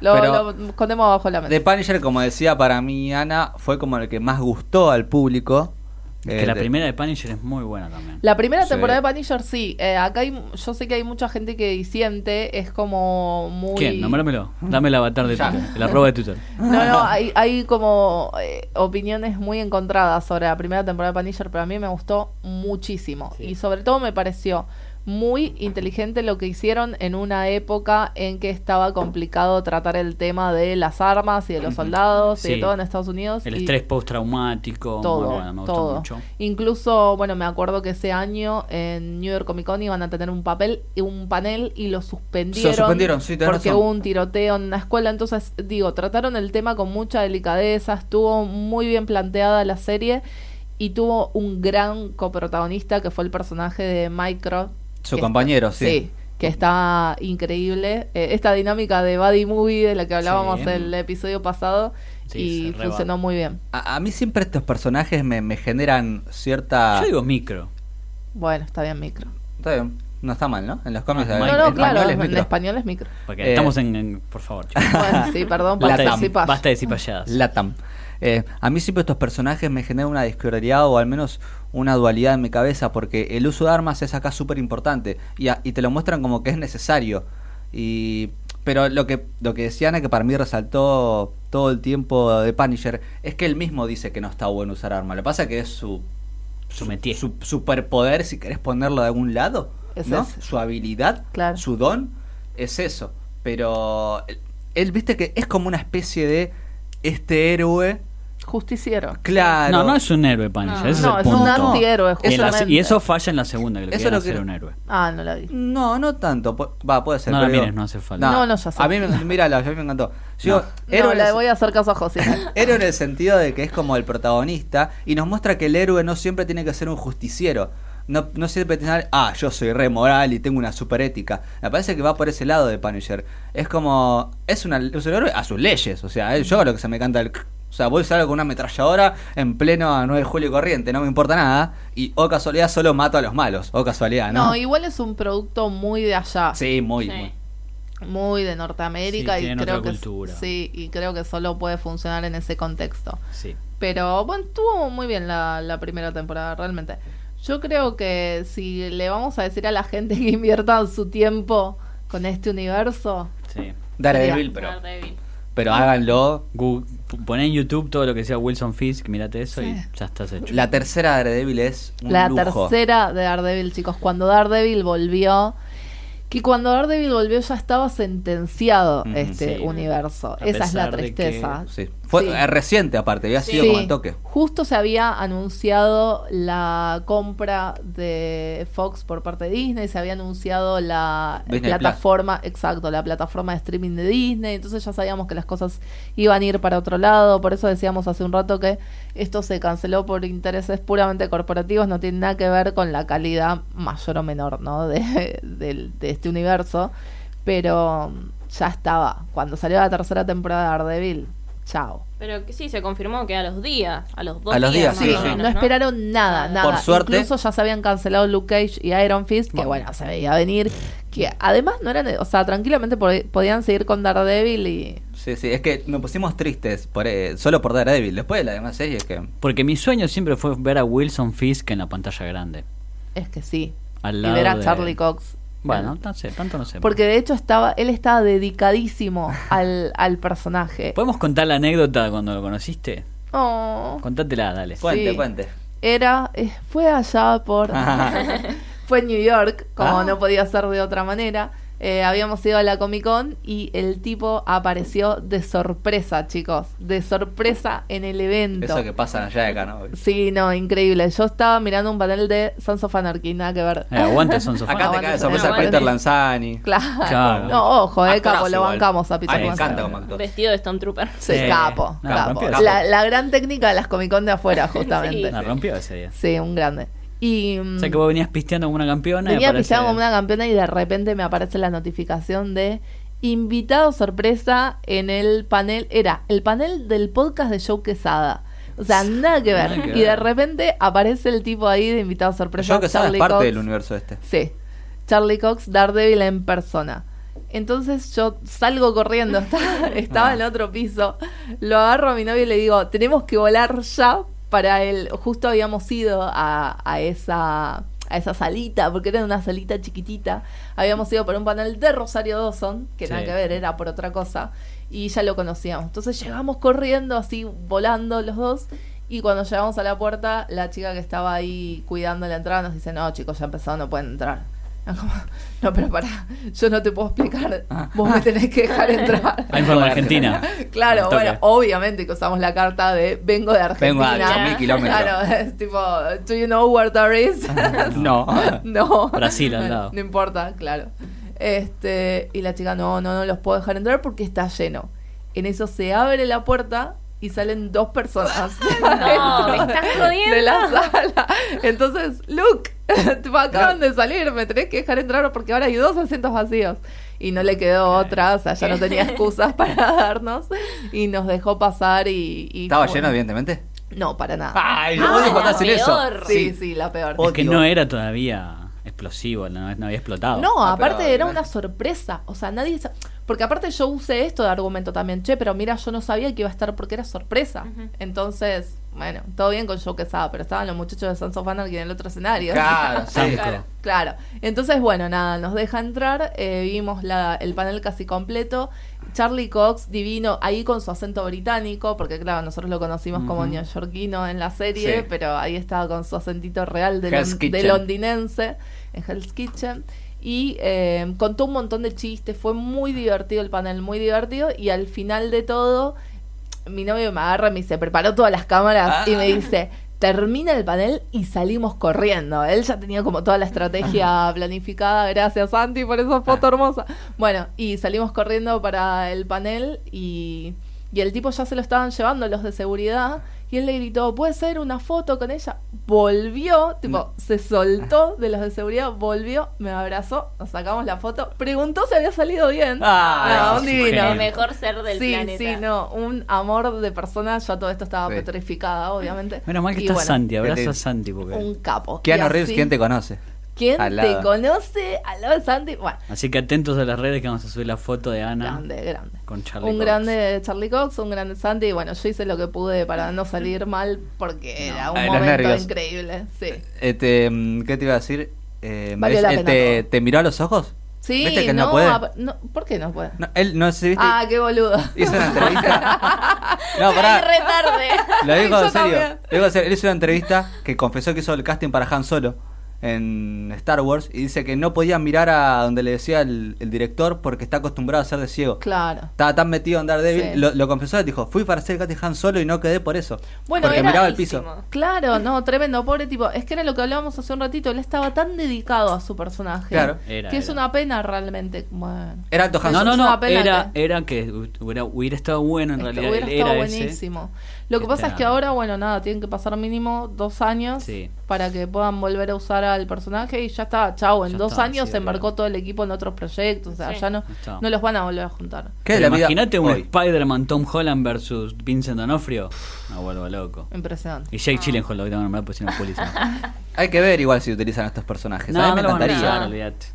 [SPEAKER 3] Lo,
[SPEAKER 1] Pero-
[SPEAKER 3] lo escondemos abajo de la mesa.
[SPEAKER 1] The Punisher, como decía para mí Ana, fue como el que más gustó al público.
[SPEAKER 2] Que
[SPEAKER 1] Eh,
[SPEAKER 2] la
[SPEAKER 1] de-
[SPEAKER 2] primera de Punisher es muy buena también.
[SPEAKER 3] La primera
[SPEAKER 1] Sí.
[SPEAKER 3] temporada de Punisher, sí. Eh, acá hay, yo sé que hay mucha gente que disiente. Es como muy.
[SPEAKER 2] ¿Quién? Nombrámelo. Dame el avatar de
[SPEAKER 1] Ya.
[SPEAKER 2] Twitter, el arroba de Twitter.
[SPEAKER 3] No, no, hay, hay como eh, opiniones muy encontradas sobre la primera temporada de Punisher, pero a mí me gustó muchísimo. Y sobre todo me pareció muy inteligente lo que hicieron en una época en que estaba complicado tratar el tema de las armas y de los soldados y de
[SPEAKER 2] Sí.
[SPEAKER 3] todo en Estados Unidos.
[SPEAKER 2] El
[SPEAKER 3] y
[SPEAKER 2] estrés postraumático.
[SPEAKER 3] Todo,
[SPEAKER 2] muy bueno, me gustó
[SPEAKER 3] todo.
[SPEAKER 2] mucho.
[SPEAKER 3] Incluso, bueno, me acuerdo que ese año en New York Comic Con iban a tener un papel, un panel y lo suspendieron.
[SPEAKER 1] Lo suspendieron, sí, tenés
[SPEAKER 3] Porque
[SPEAKER 1] razón.
[SPEAKER 3] hubo un tiroteo en una escuela. Entonces, digo, trataron el tema con mucha delicadeza, estuvo muy bien planteada la serie y tuvo un gran coprotagonista que fue el personaje de Micro.
[SPEAKER 1] Su
[SPEAKER 3] que
[SPEAKER 1] compañero,
[SPEAKER 3] está-
[SPEAKER 1] sí.
[SPEAKER 3] que está increíble. Eh, esta dinámica de Buddy Movie de la que hablábamos
[SPEAKER 2] Sí.
[SPEAKER 3] el episodio pasado
[SPEAKER 2] Sí,
[SPEAKER 3] y
[SPEAKER 2] se re va.
[SPEAKER 3] funcionó muy bien.
[SPEAKER 1] A, a mí siempre estos personajes me, me generan cierta.
[SPEAKER 2] Yo digo micro.
[SPEAKER 3] Bueno, está bien, Micro.
[SPEAKER 1] Está bien, no está mal, ¿no? En los cómics.
[SPEAKER 2] No,
[SPEAKER 1] en
[SPEAKER 2] no,
[SPEAKER 3] No, no,
[SPEAKER 1] español es
[SPEAKER 3] claro, en
[SPEAKER 1] micro.
[SPEAKER 3] español es micro.
[SPEAKER 2] Porque
[SPEAKER 1] Eh,
[SPEAKER 2] estamos en, en- Por favor, chicos.
[SPEAKER 3] Bueno, sí, perdón,
[SPEAKER 1] La
[SPEAKER 3] basta,
[SPEAKER 2] Basta, de-
[SPEAKER 3] de
[SPEAKER 1] tam,
[SPEAKER 3] cipas.
[SPEAKER 2] basta de cipalladas.
[SPEAKER 1] Latam. Eh, a mí siempre estos personajes me generan una discordialidad o al menos una dualidad en mi cabeza porque el uso de armas es acá súper importante y, a- y te lo muestran como que es necesario. Y, pero lo que, lo que decía Ana que para mí resaltó todo el tiempo de Punisher es que él mismo dice que no está bueno usar armas. Lo que pasa es que es su,
[SPEAKER 2] Su métier.
[SPEAKER 1] su superpoder, si querés ponerlo de algún lado,
[SPEAKER 3] Es
[SPEAKER 1] ¿no?
[SPEAKER 3] ese.
[SPEAKER 1] su habilidad,
[SPEAKER 3] Claro.
[SPEAKER 1] su don, es eso. Pero él- él, viste que es como una especie de este héroe
[SPEAKER 3] Justiciero.
[SPEAKER 1] Claro.
[SPEAKER 2] No, no es un héroe Punisher,
[SPEAKER 4] No.
[SPEAKER 2] ese
[SPEAKER 3] No,
[SPEAKER 2] es
[SPEAKER 3] es
[SPEAKER 2] el
[SPEAKER 3] un
[SPEAKER 2] punto.
[SPEAKER 3] antihéroe,
[SPEAKER 2] Y, en la-
[SPEAKER 3] justamente.
[SPEAKER 2] y eso falla en la segunda, que le
[SPEAKER 1] Eso
[SPEAKER 2] querían
[SPEAKER 1] es lo que-
[SPEAKER 2] hacer un héroe.
[SPEAKER 3] Ah, no la vi.
[SPEAKER 1] No, no tanto. Po- Va, puede ser.
[SPEAKER 2] No la
[SPEAKER 1] pero
[SPEAKER 2] mires,
[SPEAKER 1] digo-
[SPEAKER 2] no hace falta.
[SPEAKER 3] No, no, ya sé.
[SPEAKER 1] A mí, me- mírala, a mí me encantó. Yo,
[SPEAKER 2] No.
[SPEAKER 1] héroe
[SPEAKER 3] no,
[SPEAKER 1] en
[SPEAKER 3] la
[SPEAKER 1] el-
[SPEAKER 3] voy a hacer caso a José.
[SPEAKER 1] héroe en el sentido de que es como el protagonista y nos muestra que el héroe no siempre tiene que ser un justiciero. No, no siempre tiene ah, yo soy re moral y tengo una super ética. Me parece que va por ese lado de Punisher. Es como, es, una, es un héroe a sus leyes. O sea, él- yo hago lo que se me canta el... c- O sea, voy a usar con una ametralladora en pleno 9 de julio y corriente, no me importa nada. Y, oh casualidad, solo mato a los malos. Oh
[SPEAKER 2] Ah,
[SPEAKER 1] casualidad, ¿no?
[SPEAKER 3] No, igual es un producto muy de allá,
[SPEAKER 1] Sí, muy,
[SPEAKER 4] Sí.
[SPEAKER 1] muy.
[SPEAKER 3] muy de Norteamérica
[SPEAKER 2] Sí,
[SPEAKER 3] y
[SPEAKER 2] tienen
[SPEAKER 3] creo
[SPEAKER 2] otra
[SPEAKER 3] que
[SPEAKER 2] cultura.
[SPEAKER 3] sí, y creo que solo puede funcionar en ese contexto.
[SPEAKER 2] Sí.
[SPEAKER 3] Pero bueno, estuvo muy bien la, la primera temporada, realmente. Yo creo que si le vamos a decir a la gente que invierta su tiempo con este universo,
[SPEAKER 2] sí.
[SPEAKER 1] Daredevil, pero,
[SPEAKER 4] Daredevil.
[SPEAKER 1] pero háganlo.
[SPEAKER 2] Gu- Poné en YouTube todo lo que sea Wilson Fisk, mirate eso y ya estás hecho.
[SPEAKER 1] La tercera Daredevil es un
[SPEAKER 3] La
[SPEAKER 1] lujo.
[SPEAKER 3] tercera de Daredevil, chicos. Cuando Daredevil volvió, que cuando Daredevil volvió ya estaba sentenciado
[SPEAKER 1] Ujú.
[SPEAKER 3] este
[SPEAKER 2] Mm, Sí.
[SPEAKER 3] universo.
[SPEAKER 2] A
[SPEAKER 3] Esa es la
[SPEAKER 2] pesar de que-
[SPEAKER 3] tristeza.
[SPEAKER 1] Sí. Fue
[SPEAKER 3] Sí.
[SPEAKER 1] eh, reciente, aparte, había
[SPEAKER 4] Sí.
[SPEAKER 1] sido como el toque.
[SPEAKER 3] Justo se había anunciado la compra de Fox por parte de Disney, se había anunciado la
[SPEAKER 1] Disney
[SPEAKER 3] plataforma, exacto, la plataforma de streaming de Disney, entonces ya sabíamos que las cosas iban a ir para otro lado, por eso decíamos hace un rato que esto se canceló por intereses puramente corporativos, no tiene nada que ver con la calidad mayor o menor, ¿no? de- del- de este universo, pero ya estaba, cuando salió la tercera temporada de Daredevil, chao.
[SPEAKER 4] Pero que sí, se confirmó que a los días, a los dos
[SPEAKER 1] A los días,
[SPEAKER 4] días. más
[SPEAKER 1] sí,
[SPEAKER 4] o
[SPEAKER 1] sí.
[SPEAKER 4] menos,
[SPEAKER 3] No esperaron nada, nada.
[SPEAKER 1] Por suerte-
[SPEAKER 3] Incluso ya se habían cancelado Luke Cage y Iron Fist, que bueno,
[SPEAKER 2] Bueno.
[SPEAKER 3] se veía venir. Que además no eran, o sea, tranquilamente pod- podían seguir con Daredevil y.
[SPEAKER 1] Sí, sí, es que nos pusimos tristes por, eh, solo por Daredevil. Después de la demás serie, que.
[SPEAKER 2] Porque mi sueño siempre fue ver a Wilson Fisk en la pantalla grande.
[SPEAKER 3] Es que sí.
[SPEAKER 2] Al
[SPEAKER 3] y
[SPEAKER 2] lado
[SPEAKER 3] ver a
[SPEAKER 2] de-
[SPEAKER 3] Charlie Cox. Em,
[SPEAKER 2] Bueno, no sé, tanto no sé.
[SPEAKER 3] Porque de hecho estaba, él estaba dedicadísimo al, al personaje.
[SPEAKER 2] ¿Podemos contar la anécdota de cuando lo conociste?
[SPEAKER 3] Oh.
[SPEAKER 2] Contátela, dale.
[SPEAKER 1] Cuente,
[SPEAKER 3] Sí.
[SPEAKER 1] cuente.
[SPEAKER 3] era eh, fue allá por fue en New York como
[SPEAKER 1] Ah.
[SPEAKER 3] no podía ser de otra manera Eh, habíamos ido a la Comic Con y el tipo apareció de sorpresa chicos de sorpresa en el evento
[SPEAKER 1] Eso que pasan allá de acá, ¿no?
[SPEAKER 3] sí no increíble yo estaba mirando un panel de Sons of Anarchy nada que ver
[SPEAKER 2] Eh, aguante, son sofá.
[SPEAKER 1] Acá te cae de sorpresa
[SPEAKER 4] No,
[SPEAKER 1] Peter
[SPEAKER 3] bueno.
[SPEAKER 1] Lanzani.
[SPEAKER 3] claro.
[SPEAKER 2] Claro.
[SPEAKER 3] no ojo eh
[SPEAKER 1] Actorazo
[SPEAKER 3] capo lo
[SPEAKER 1] igual.
[SPEAKER 3] bancamos a Peter
[SPEAKER 1] A mí me
[SPEAKER 3] Lanzani.
[SPEAKER 1] encanta como actor.
[SPEAKER 4] Vestido de Stone Trooper.
[SPEAKER 3] sí,
[SPEAKER 2] Sí.
[SPEAKER 3] capo,
[SPEAKER 2] No,
[SPEAKER 3] capo.
[SPEAKER 2] rompió.
[SPEAKER 3] La, la gran técnica de las Comic Con de afuera justamente
[SPEAKER 2] La rompió ese día.
[SPEAKER 3] sí un grande y
[SPEAKER 2] O
[SPEAKER 3] mm,
[SPEAKER 2] sea que vos venías pisteando como una campeona. y
[SPEAKER 3] Venía
[SPEAKER 2] aparece-
[SPEAKER 3] pisada como una campeona y de repente me aparece la notificación de invitado sorpresa en el panel. Era el panel del podcast de Joe Quesada. O sea, nada que ver.
[SPEAKER 2] Nada que
[SPEAKER 3] y de
[SPEAKER 2] ver.
[SPEAKER 3] repente aparece el tipo ahí de invitado sorpresa.
[SPEAKER 1] Yo que sabes
[SPEAKER 3] Charlie
[SPEAKER 1] parte
[SPEAKER 3] Cox.
[SPEAKER 1] del universo este.
[SPEAKER 3] Sí. Charlie Cox, Daredevil en persona. Entonces yo salgo corriendo, estaba, estaba en otro piso, lo agarro a mi novio y le digo, tenemos que volar ya para el... Justo habíamos ido a, a esa a esa salita, porque era una salita chiquitita, habíamos ido por un panel de Rosario Dawson, que nada
[SPEAKER 2] Sí.
[SPEAKER 3] que ver, era por otra cosa, y ya lo conocíamos. Entonces llegamos corriendo, así volando los dos, y cuando llegamos a la puerta, la chica que estaba ahí cuidando la entrada nos dice, no, chicos, ya empezó, no pueden entrar. Es como, Ah, no, pero pará, yo no te puedo explicar,
[SPEAKER 1] Ah.
[SPEAKER 3] vos me tenés que dejar entrar.
[SPEAKER 2] Ahí fue en Argentina.
[SPEAKER 3] Claro,
[SPEAKER 2] Al toque.
[SPEAKER 3] bueno, obviamente que usamos la carta de vengo de
[SPEAKER 1] Vengo
[SPEAKER 3] Argentina.
[SPEAKER 1] a 8.000 kilómetros.
[SPEAKER 3] Claro, es tipo, ¿do you know where there is?
[SPEAKER 1] No.
[SPEAKER 3] no.
[SPEAKER 2] Brasil al lado.
[SPEAKER 3] No importa, claro. Este, y la chica, no, no, no los puedo dejar entrar porque está lleno. En eso se abre la puerta y salen dos personas.
[SPEAKER 4] No, me estás jodiendo.
[SPEAKER 3] De la sala. Entonces, Luke, tipo, acaban de salir, me tenés que dejar entrar porque ahora hay dos asientos vacíos. Y no le quedó otra, o sea, ya no tenía excusas para darnos. Y nos dejó pasar y. y
[SPEAKER 1] Estaba
[SPEAKER 3] fue-
[SPEAKER 1] lleno, evidentemente.
[SPEAKER 3] No, para nada.
[SPEAKER 1] Ay,
[SPEAKER 4] Ah,
[SPEAKER 1] odio cuando
[SPEAKER 4] la
[SPEAKER 1] hacen eso.
[SPEAKER 4] peor.
[SPEAKER 3] sí, sí, la peor.
[SPEAKER 1] Odio.
[SPEAKER 2] Es que no era todavía explosivo, no, no había explotado.
[SPEAKER 3] No,
[SPEAKER 1] Ah,
[SPEAKER 3] aparte
[SPEAKER 1] pero-
[SPEAKER 3] era una sorpresa. O sea, nadie. sa- Porque aparte yo usé esto de argumento también. Che, pero mira, yo no sabía que iba a estar porque era sorpresa. Entonces, bueno, todo bien con Joe Quesada, pero estaban los muchachos de Sons of Anarchy en el otro escenario.
[SPEAKER 1] Claro, sí.
[SPEAKER 2] Zamco.
[SPEAKER 4] Claro.
[SPEAKER 3] Claro. Entonces, bueno, nada, nos deja entrar. eh, vimos la- el panel casi completo. Charlie Cox, divino, ahí con su acento británico, porque claro, nosotros lo conocimos como
[SPEAKER 2] Ujú.
[SPEAKER 3] neoyorquino en la serie,
[SPEAKER 1] Sí.
[SPEAKER 3] pero ahí estaba con su acentito real de,
[SPEAKER 1] Hell's
[SPEAKER 3] lon- de
[SPEAKER 1] Kitchen.
[SPEAKER 3] londinense en Hell's Kitchen. Y eh, contó un montón de chistes, fue muy divertido el panel, muy divertido. Y al final de todo, mi novio me agarra y me dice, preparó todas las
[SPEAKER 1] Ah.
[SPEAKER 3] cámaras y me dice, termina el panel y salimos corriendo. Él ya tenía como toda la estrategia planificada, gracias Santi por esa foto hermosa. Bueno, y salimos corriendo para el panel y, y el tipo ya se lo estaban llevando los de seguridad. Y él le gritó, ¿puede ser una foto con ella? Volvió, tipo,
[SPEAKER 1] No.
[SPEAKER 3] se soltó de los de seguridad, volvió, me abrazó, nos sacamos la foto, preguntó si había salido bien.
[SPEAKER 1] Ah,
[SPEAKER 3] No, un
[SPEAKER 2] es un
[SPEAKER 3] divino
[SPEAKER 2] genio.
[SPEAKER 4] El mejor ser del
[SPEAKER 3] sí,
[SPEAKER 4] planeta.
[SPEAKER 3] sí, no, un amor de persona, yo a todo esto estaba
[SPEAKER 1] Sí.
[SPEAKER 3] petrificada, obviamente.
[SPEAKER 2] Menos mal que
[SPEAKER 3] Y
[SPEAKER 2] está
[SPEAKER 3] bueno,
[SPEAKER 2] Santi,
[SPEAKER 1] Que te-
[SPEAKER 2] abraza a Santi porque...
[SPEAKER 3] Un capo. Y
[SPEAKER 1] Keanu
[SPEAKER 3] así,
[SPEAKER 1] Reeves, ¿quién te conoce?
[SPEAKER 3] ¿quién
[SPEAKER 1] Al
[SPEAKER 3] te
[SPEAKER 1] lado.
[SPEAKER 3] conoce? Al lado de Santi, bueno,
[SPEAKER 2] Así que atentos a las redes que vamos a subir la foto de Ana
[SPEAKER 3] grande, grande.
[SPEAKER 2] con Charlie
[SPEAKER 3] Un
[SPEAKER 2] Cox.
[SPEAKER 3] grande Charlie Cox, un grande Santi, y bueno, yo hice lo que pude para no salir mal porque era un
[SPEAKER 1] Ay, los
[SPEAKER 3] momento
[SPEAKER 1] nervios.
[SPEAKER 3] increíble. Sí.
[SPEAKER 1] Este, mm, ¿Qué te iba a decir? Eh, Maris-
[SPEAKER 3] Valió la
[SPEAKER 1] eh,
[SPEAKER 3] pena
[SPEAKER 1] te,
[SPEAKER 3] todo.
[SPEAKER 1] ¿Te miró a los ojos?
[SPEAKER 3] Sí,
[SPEAKER 1] ¿Viste que él no
[SPEAKER 3] no,
[SPEAKER 1] puede?
[SPEAKER 3] ap- no, ¿por qué no puede?
[SPEAKER 1] No, él no sé si viste.
[SPEAKER 3] Ah, qué boludo.
[SPEAKER 1] Hizo una entrevista. no,
[SPEAKER 4] Ay,
[SPEAKER 1] pará.
[SPEAKER 4] re tarde.
[SPEAKER 1] Lo digo
[SPEAKER 3] Yo
[SPEAKER 1] en serio.
[SPEAKER 3] también.
[SPEAKER 1] Lo digo en serio. Él hizo una entrevista que confesó que hizo el casting para Han Solo. en Star Wars y dice que no podía mirar a donde le decía el, el director porque está acostumbrado a ser de ciego.
[SPEAKER 3] Claro.
[SPEAKER 1] Estaba tan metido en Daredevil,
[SPEAKER 3] Sí.
[SPEAKER 1] lo, lo confesó, dijo, fui para ser Katy Han solo y no quedé por eso.
[SPEAKER 3] Bueno,
[SPEAKER 1] porque
[SPEAKER 3] era
[SPEAKER 1] miraba el piso.
[SPEAKER 4] rarísimo.
[SPEAKER 3] Claro, no, tremendo, pobre tipo. Es que era lo que hablábamos hace un ratito, él estaba tan dedicado a su personaje.
[SPEAKER 1] Claro.
[SPEAKER 2] Era,
[SPEAKER 3] que es
[SPEAKER 2] era.
[SPEAKER 3] una pena realmente. Bueno.
[SPEAKER 1] Era alto Han
[SPEAKER 2] No,
[SPEAKER 1] Solo.
[SPEAKER 2] no,
[SPEAKER 3] Es
[SPEAKER 2] no,
[SPEAKER 3] una pena
[SPEAKER 2] era,
[SPEAKER 3] que-
[SPEAKER 2] era que hubiera, hubiera estado bueno en
[SPEAKER 3] Esto
[SPEAKER 2] realidad.
[SPEAKER 3] hubiera
[SPEAKER 2] él
[SPEAKER 3] estado
[SPEAKER 2] era ese.
[SPEAKER 3] buenísimo. Lo que pasa es que
[SPEAKER 2] Está.
[SPEAKER 3] ahora, bueno, nada, tienen que pasar mínimo dos años
[SPEAKER 2] Sí.
[SPEAKER 3] para que puedan volver a usar al personaje y ya está, chao, en
[SPEAKER 2] Ya
[SPEAKER 3] dos
[SPEAKER 2] está,
[SPEAKER 3] años
[SPEAKER 2] sí,
[SPEAKER 3] se embarcó
[SPEAKER 2] claro.
[SPEAKER 3] todo el equipo en otros proyectos, o sea,
[SPEAKER 4] Sí.
[SPEAKER 3] ya no,
[SPEAKER 2] Está.
[SPEAKER 3] no los van a volver a juntar.
[SPEAKER 1] ¿Qué es
[SPEAKER 2] Pero
[SPEAKER 1] la vida
[SPEAKER 2] Imagínate un
[SPEAKER 1] hoy?
[SPEAKER 2] Spider-Man Tom Holland versus Vincent D'Onofrio. No vuelvo loco.
[SPEAKER 3] Impresionante.
[SPEAKER 2] Y Jake Gyllenhaal lo que tengo que nombrar, pues si no, Pulitzer.
[SPEAKER 1] Hay que ver igual si utilizan a estos personajes. a
[SPEAKER 2] No,
[SPEAKER 1] mí me
[SPEAKER 2] no lo van a
[SPEAKER 1] encantaría.
[SPEAKER 2] usar, olvídate.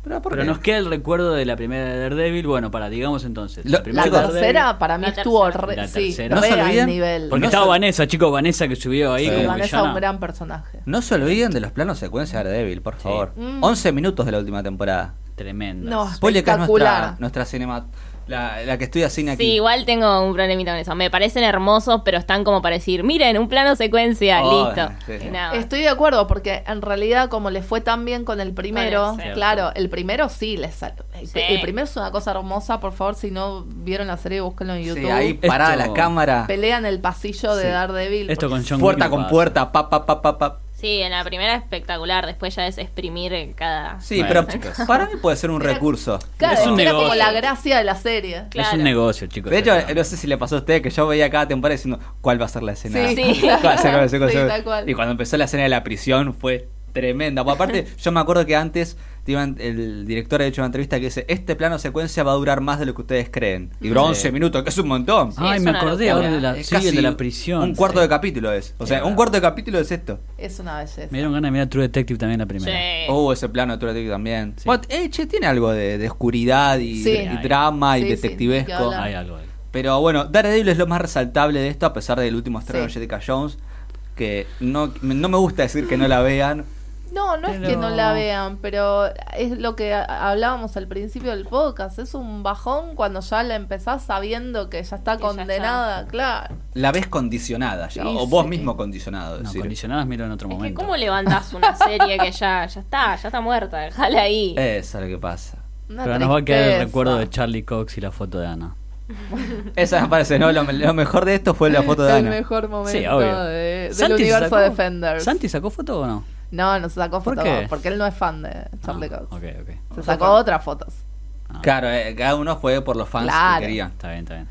[SPEAKER 1] Pero, ¿por
[SPEAKER 2] Pero
[SPEAKER 1] qué?
[SPEAKER 2] nos queda el recuerdo de la primera de Daredevil. Bueno, para, digamos entonces.
[SPEAKER 1] Lo-
[SPEAKER 2] primera
[SPEAKER 3] La
[SPEAKER 1] Chicos,
[SPEAKER 3] tercera para mí
[SPEAKER 4] La
[SPEAKER 3] estuvo
[SPEAKER 4] tercera.
[SPEAKER 3] re,
[SPEAKER 2] La
[SPEAKER 3] sí,
[SPEAKER 2] tercera.
[SPEAKER 1] No
[SPEAKER 3] re
[SPEAKER 1] se
[SPEAKER 3] al
[SPEAKER 1] olviden,
[SPEAKER 3] nivel.
[SPEAKER 2] Porque
[SPEAKER 1] No
[SPEAKER 2] estaba
[SPEAKER 1] se-
[SPEAKER 2] Vanessa, chicos, Vanessa que subió ahí
[SPEAKER 1] Sí.
[SPEAKER 2] como
[SPEAKER 3] Vanessa
[SPEAKER 2] villana.
[SPEAKER 3] un gran personaje.
[SPEAKER 1] No se olviden de los planos secuencia de Daredevil, por favor.
[SPEAKER 3] Mm.
[SPEAKER 1] 11 minutos de la última temporada.
[SPEAKER 2] Tremenda.
[SPEAKER 3] No.
[SPEAKER 1] Poli, acá es nuestra,
[SPEAKER 3] Espectacular.
[SPEAKER 1] nuestra cinema... La, la que estudia cine aquí.
[SPEAKER 4] Sí, igual tengo un problemita con eso. Me parecen hermosos, pero están como para decir, miren, un plano secuencia,
[SPEAKER 1] Oh,
[SPEAKER 4] listo.
[SPEAKER 1] sí, sí.
[SPEAKER 4] Y nada.
[SPEAKER 3] Estoy de acuerdo, porque en realidad, como les fue tan bien con el primero,
[SPEAKER 4] Con el-
[SPEAKER 3] claro, el primero sí les sal- el-
[SPEAKER 4] Sí.
[SPEAKER 3] El primero es una cosa hermosa, por favor, si no vieron la serie, búsquenlo en YouTube.
[SPEAKER 1] Sí, ahí parada
[SPEAKER 2] Esto-
[SPEAKER 1] la cámara,
[SPEAKER 3] Pelea en el pasillo de
[SPEAKER 2] Sí.
[SPEAKER 3] Daredevil.
[SPEAKER 2] Esto con John
[SPEAKER 1] puerta
[SPEAKER 2] Wick
[SPEAKER 1] con
[SPEAKER 2] pasa.
[SPEAKER 1] puerta, pa, pa, pa, pa, pa.
[SPEAKER 4] Sí, en la primera espectacular, después ya es exprimir cada...
[SPEAKER 1] Sí,
[SPEAKER 2] Bueno,
[SPEAKER 1] pero
[SPEAKER 2] chicos.
[SPEAKER 1] para mí puede ser un recurso.
[SPEAKER 3] Claro,
[SPEAKER 2] Es un
[SPEAKER 3] era como
[SPEAKER 2] negocio.
[SPEAKER 3] la gracia de la serie.
[SPEAKER 4] Claro.
[SPEAKER 2] Es un negocio, chicos.
[SPEAKER 1] De hecho,
[SPEAKER 2] esto.
[SPEAKER 1] no sé si le pasó a usted que yo veía cada temporada diciendo cuál va a ser la escena.
[SPEAKER 3] Sí, sí.
[SPEAKER 1] ¿Cuál va a ser, cuál va a ser, cuál va a ser?
[SPEAKER 3] Sí, tal cual.
[SPEAKER 1] Y cuando empezó la escena de la prisión fue tremenda. Porque aparte, yo me acuerdo que antes te iban- el director había hecho una entrevista que dice, este plano secuencia va a durar más de lo que ustedes creen. Y duró
[SPEAKER 2] Sí.
[SPEAKER 1] 11 minutos, que es un montón.
[SPEAKER 4] Sí,
[SPEAKER 2] Ay,
[SPEAKER 4] es
[SPEAKER 2] me
[SPEAKER 4] una
[SPEAKER 2] acordé
[SPEAKER 4] locura.
[SPEAKER 2] ahora de
[SPEAKER 1] Es
[SPEAKER 2] la, Ah, sí, el
[SPEAKER 1] casi
[SPEAKER 2] de la prisión.
[SPEAKER 1] Un cuarto
[SPEAKER 2] sí.
[SPEAKER 1] de capítulo es. O sea,
[SPEAKER 2] Es
[SPEAKER 1] un
[SPEAKER 2] verdad.
[SPEAKER 1] cuarto de capítulo es esto.
[SPEAKER 3] Es una belleza.
[SPEAKER 2] Me dieron ganas de mirar True Detective también la
[SPEAKER 4] Sí.
[SPEAKER 2] primera.
[SPEAKER 3] Eh.
[SPEAKER 1] Oh, ese plano de True Detective también.
[SPEAKER 2] Sí.
[SPEAKER 1] Bueno, eh, che, tiene algo de, de oscuridad y,
[SPEAKER 3] Sí.
[SPEAKER 1] y drama y
[SPEAKER 3] Sí, sí, ni que
[SPEAKER 1] detectivesco.
[SPEAKER 3] hablar.
[SPEAKER 2] Hay algo ahí.
[SPEAKER 1] Pero bueno, Daredevil es lo más resaltable de esto, a pesar del último estreno
[SPEAKER 3] Sí.
[SPEAKER 1] de Jessica Jones, que no, no me gusta decir que no la vean.
[SPEAKER 3] No, no es que
[SPEAKER 2] Pero-
[SPEAKER 3] no la vean, pero es lo que a- hablábamos al principio del podcast. Es un bajón cuando ya la empezás sabiendo que ya está
[SPEAKER 4] Que ya
[SPEAKER 3] condenada, claro.
[SPEAKER 1] La ves condicionada ya,
[SPEAKER 3] Sí,
[SPEAKER 1] o vos
[SPEAKER 3] sí.
[SPEAKER 1] mismo condicionado.
[SPEAKER 2] No,
[SPEAKER 1] decir.
[SPEAKER 2] condicionadas miro en otro
[SPEAKER 4] Es que
[SPEAKER 2] momento.
[SPEAKER 4] cómo levantás una serie que ya, ya está, ya está muerta, dejala ahí.
[SPEAKER 1] Eso es lo que pasa.
[SPEAKER 3] Una
[SPEAKER 2] Pero nos va a quedar el
[SPEAKER 3] tristeza.
[SPEAKER 2] recuerdo de Charlie Cox y la foto de Ana.
[SPEAKER 1] Esa me parece, ¿no? Lo, lo mejor de esto fue la foto de
[SPEAKER 3] el
[SPEAKER 1] Ana.
[SPEAKER 3] mejor momento
[SPEAKER 2] Sí, obvio.
[SPEAKER 3] de- del
[SPEAKER 2] ¿Santi se
[SPEAKER 3] universo
[SPEAKER 2] sacó?
[SPEAKER 3] Defenders.
[SPEAKER 2] ¿Santi sacó foto o no?
[SPEAKER 3] No, no se sacó
[SPEAKER 2] ¿Por
[SPEAKER 3] fotos
[SPEAKER 2] qué?
[SPEAKER 3] porque él no es fan de Charlie
[SPEAKER 2] Ah,
[SPEAKER 3] Cox.
[SPEAKER 2] Ok, ok.
[SPEAKER 3] Se sacó otras fotos.
[SPEAKER 2] Ah,
[SPEAKER 1] Claro, eh, cada uno fue por los fans
[SPEAKER 3] Claro.
[SPEAKER 1] que querían.
[SPEAKER 2] Está bien, está bien.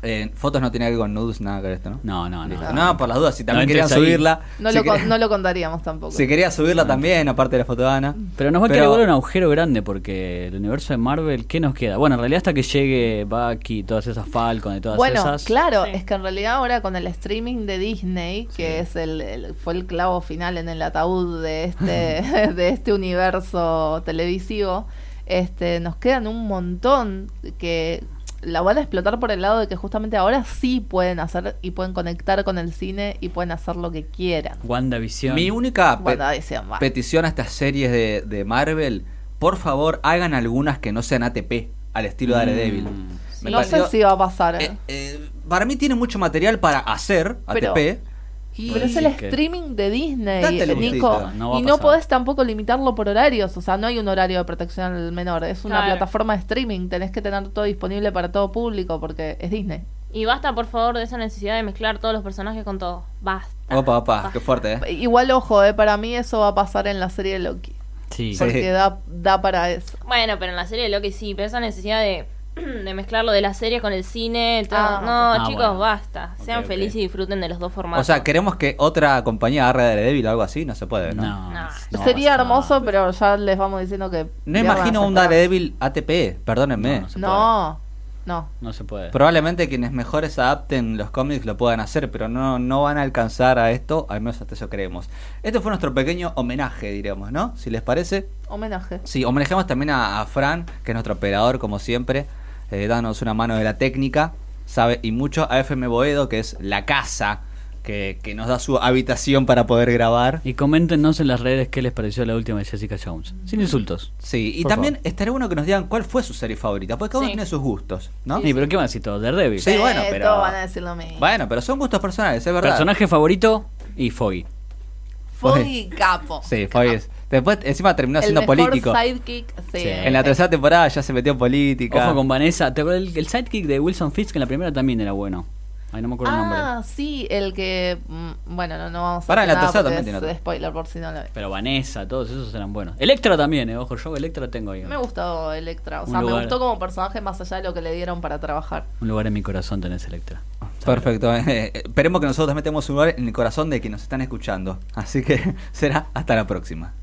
[SPEAKER 1] Eh, fotos no tiene algo con nudes, nada que ver esto, ¿no?
[SPEAKER 2] No, no, no.
[SPEAKER 1] Listo. No, por las dudas, si también
[SPEAKER 2] No
[SPEAKER 1] querían
[SPEAKER 2] entres ahí.
[SPEAKER 1] subirla.
[SPEAKER 3] No,
[SPEAKER 1] si
[SPEAKER 3] lo,
[SPEAKER 1] quería-
[SPEAKER 3] con- no lo contaríamos tampoco.
[SPEAKER 1] si quería subirla también, aparte de la foto de Ana.
[SPEAKER 2] Pero nos va a quedar igual un agujero grande porque el universo de Marvel, ¿qué nos queda? Bueno, en realidad hasta que llegue Bucky, todas esas Falcon y todas
[SPEAKER 3] Bueno,
[SPEAKER 2] esas.
[SPEAKER 3] claro,
[SPEAKER 4] Sí.
[SPEAKER 3] es que en realidad ahora con el streaming de Disney, que es el, el- fue el clavo final en el ataúd de este de este universo televisivo, este nos quedan un montón que la van a explotar por el lado de que justamente ahora sí pueden hacer y pueden conectar con el cine y pueden hacer lo que quieran.
[SPEAKER 2] WandaVision.
[SPEAKER 1] Mi única Ah, pe-
[SPEAKER 3] Bueno, dicen, va.
[SPEAKER 1] petición a estas series de, de Marvel, por favor hagan algunas que no sean ATP, al estilo de Daredevil.
[SPEAKER 2] Mm.
[SPEAKER 1] Me
[SPEAKER 3] No sé
[SPEAKER 1] pareció-
[SPEAKER 3] si va a pasar.
[SPEAKER 1] Eh, eh, para mí tiene mucho material para hacer
[SPEAKER 3] Pero-
[SPEAKER 1] ATP. y-
[SPEAKER 3] Pero es el
[SPEAKER 2] Sí, que-
[SPEAKER 3] streaming de Disney,
[SPEAKER 1] Dátele un
[SPEAKER 3] Nico.
[SPEAKER 1] gustito.
[SPEAKER 2] No va a
[SPEAKER 3] y no
[SPEAKER 2] pasar.
[SPEAKER 3] podés tampoco limitarlo por horarios. O sea, no hay un horario de protección al menor. Es una
[SPEAKER 4] Claro.
[SPEAKER 3] plataforma de streaming. Tenés que tener todo disponible para todo público porque es Disney.
[SPEAKER 4] Y basta, por favor, de esa necesidad de mezclar todos los personajes con todo. Basta.
[SPEAKER 1] Opa, opa,
[SPEAKER 4] Basta.
[SPEAKER 3] Ah,
[SPEAKER 1] qué fuerte, ¿eh?
[SPEAKER 3] Igual, ojo, eh, para mí eso va a pasar en la serie de Loki.
[SPEAKER 2] Sí.
[SPEAKER 1] Sí.
[SPEAKER 3] Porque da, da para eso.
[SPEAKER 4] Bueno, pero en la serie de Loki sí, pero esa necesidad de, de mezclar lo de la serie con el cine, todo.
[SPEAKER 3] Ah.
[SPEAKER 2] Ah,
[SPEAKER 4] no, chicos,
[SPEAKER 2] bueno.
[SPEAKER 4] basta.
[SPEAKER 2] Ok,
[SPEAKER 4] Sean
[SPEAKER 2] ok.
[SPEAKER 4] felices y disfruten de los dos formatos.
[SPEAKER 1] O sea, queremos que otra compañía agarre a Daredevil o algo así, no se puede, ¿no?
[SPEAKER 2] No,
[SPEAKER 4] No.
[SPEAKER 2] no
[SPEAKER 3] Ah, Sería
[SPEAKER 2] pasa
[SPEAKER 3] hermoso,
[SPEAKER 2] nada.
[SPEAKER 3] pero ya les vamos diciendo que.
[SPEAKER 1] No
[SPEAKER 3] pierdan
[SPEAKER 1] imagino
[SPEAKER 3] las
[SPEAKER 1] un
[SPEAKER 3] esperanzas.
[SPEAKER 1] Daredevil ATP, perdónenme.
[SPEAKER 2] No, no se
[SPEAKER 3] No, no.
[SPEAKER 2] No se puede.
[SPEAKER 1] Probablemente quienes mejores adapten los cómics lo puedan hacer, pero no, no van a alcanzar a esto, al menos hasta eso creemos. Este fue nuestro pequeño homenaje, diremos, ¿no? Si les parece.
[SPEAKER 3] Homenaje.
[SPEAKER 1] Sí, homenajemos también a, a Fran, que es nuestro operador, como siempre, eh, dándonos una mano de la técnica, sabe, y mucho a FM Boedo, que es la casa, que, que nos da su habitación para poder grabar.
[SPEAKER 2] Y coméntenos en las redes qué les pareció la última de Jessica Jones. Sin insultos.
[SPEAKER 1] Sí, y
[SPEAKER 2] Por
[SPEAKER 1] también
[SPEAKER 2] favor.
[SPEAKER 1] estaría bueno que nos digan cuál fue su serie favorita, porque cada uno
[SPEAKER 4] Sí.
[SPEAKER 1] tiene sus gustos, ¿no?
[SPEAKER 2] Sí, pero ¿qué van a decir todos? Daredevil.
[SPEAKER 1] Sí, bueno,
[SPEAKER 3] Eh,
[SPEAKER 1] pero-
[SPEAKER 3] Todos van a decir lo mismo.
[SPEAKER 1] Bueno, pero son gustos personales, es verdad.
[SPEAKER 2] Personaje favorito y Foggy.
[SPEAKER 3] Foggy capo.
[SPEAKER 1] Sí, Foggy es- Después encima terminó
[SPEAKER 3] el
[SPEAKER 1] siendo
[SPEAKER 3] mejor
[SPEAKER 1] político.
[SPEAKER 3] sidekick, sí.
[SPEAKER 2] Sí.
[SPEAKER 1] En la tercera temporada ya se metió en política.
[SPEAKER 2] Ojo con Vanessa. ¿Te acuerdas? El, el sidekick de Wilson Fisk en la primera también era bueno. Ay, no me acuerdo el nombre.
[SPEAKER 3] Ah, sí, el que... mm, Bueno, no, no vamos a
[SPEAKER 1] Pará, en la
[SPEAKER 3] hacer nada
[SPEAKER 1] tercera
[SPEAKER 3] porque
[SPEAKER 1] también tiene
[SPEAKER 3] es
[SPEAKER 1] otro.
[SPEAKER 3] spoiler por si no lo ve.
[SPEAKER 2] Pero Vanessa, todos esos eran buenos. Electra también, eh. Ojo, yo Electra tengo ahí.
[SPEAKER 3] Me gustó Electra, o
[SPEAKER 2] Un
[SPEAKER 3] sea, me
[SPEAKER 2] lugar.
[SPEAKER 3] gustó como personaje más allá de lo que le dieron para trabajar.
[SPEAKER 2] Un lugar en mi corazón tenés Electra. Sabelo.
[SPEAKER 1] Perfecto. eh, esperemos que nosotros metemos un lugar en el corazón de quienes nos están escuchando. Así que será hasta la próxima.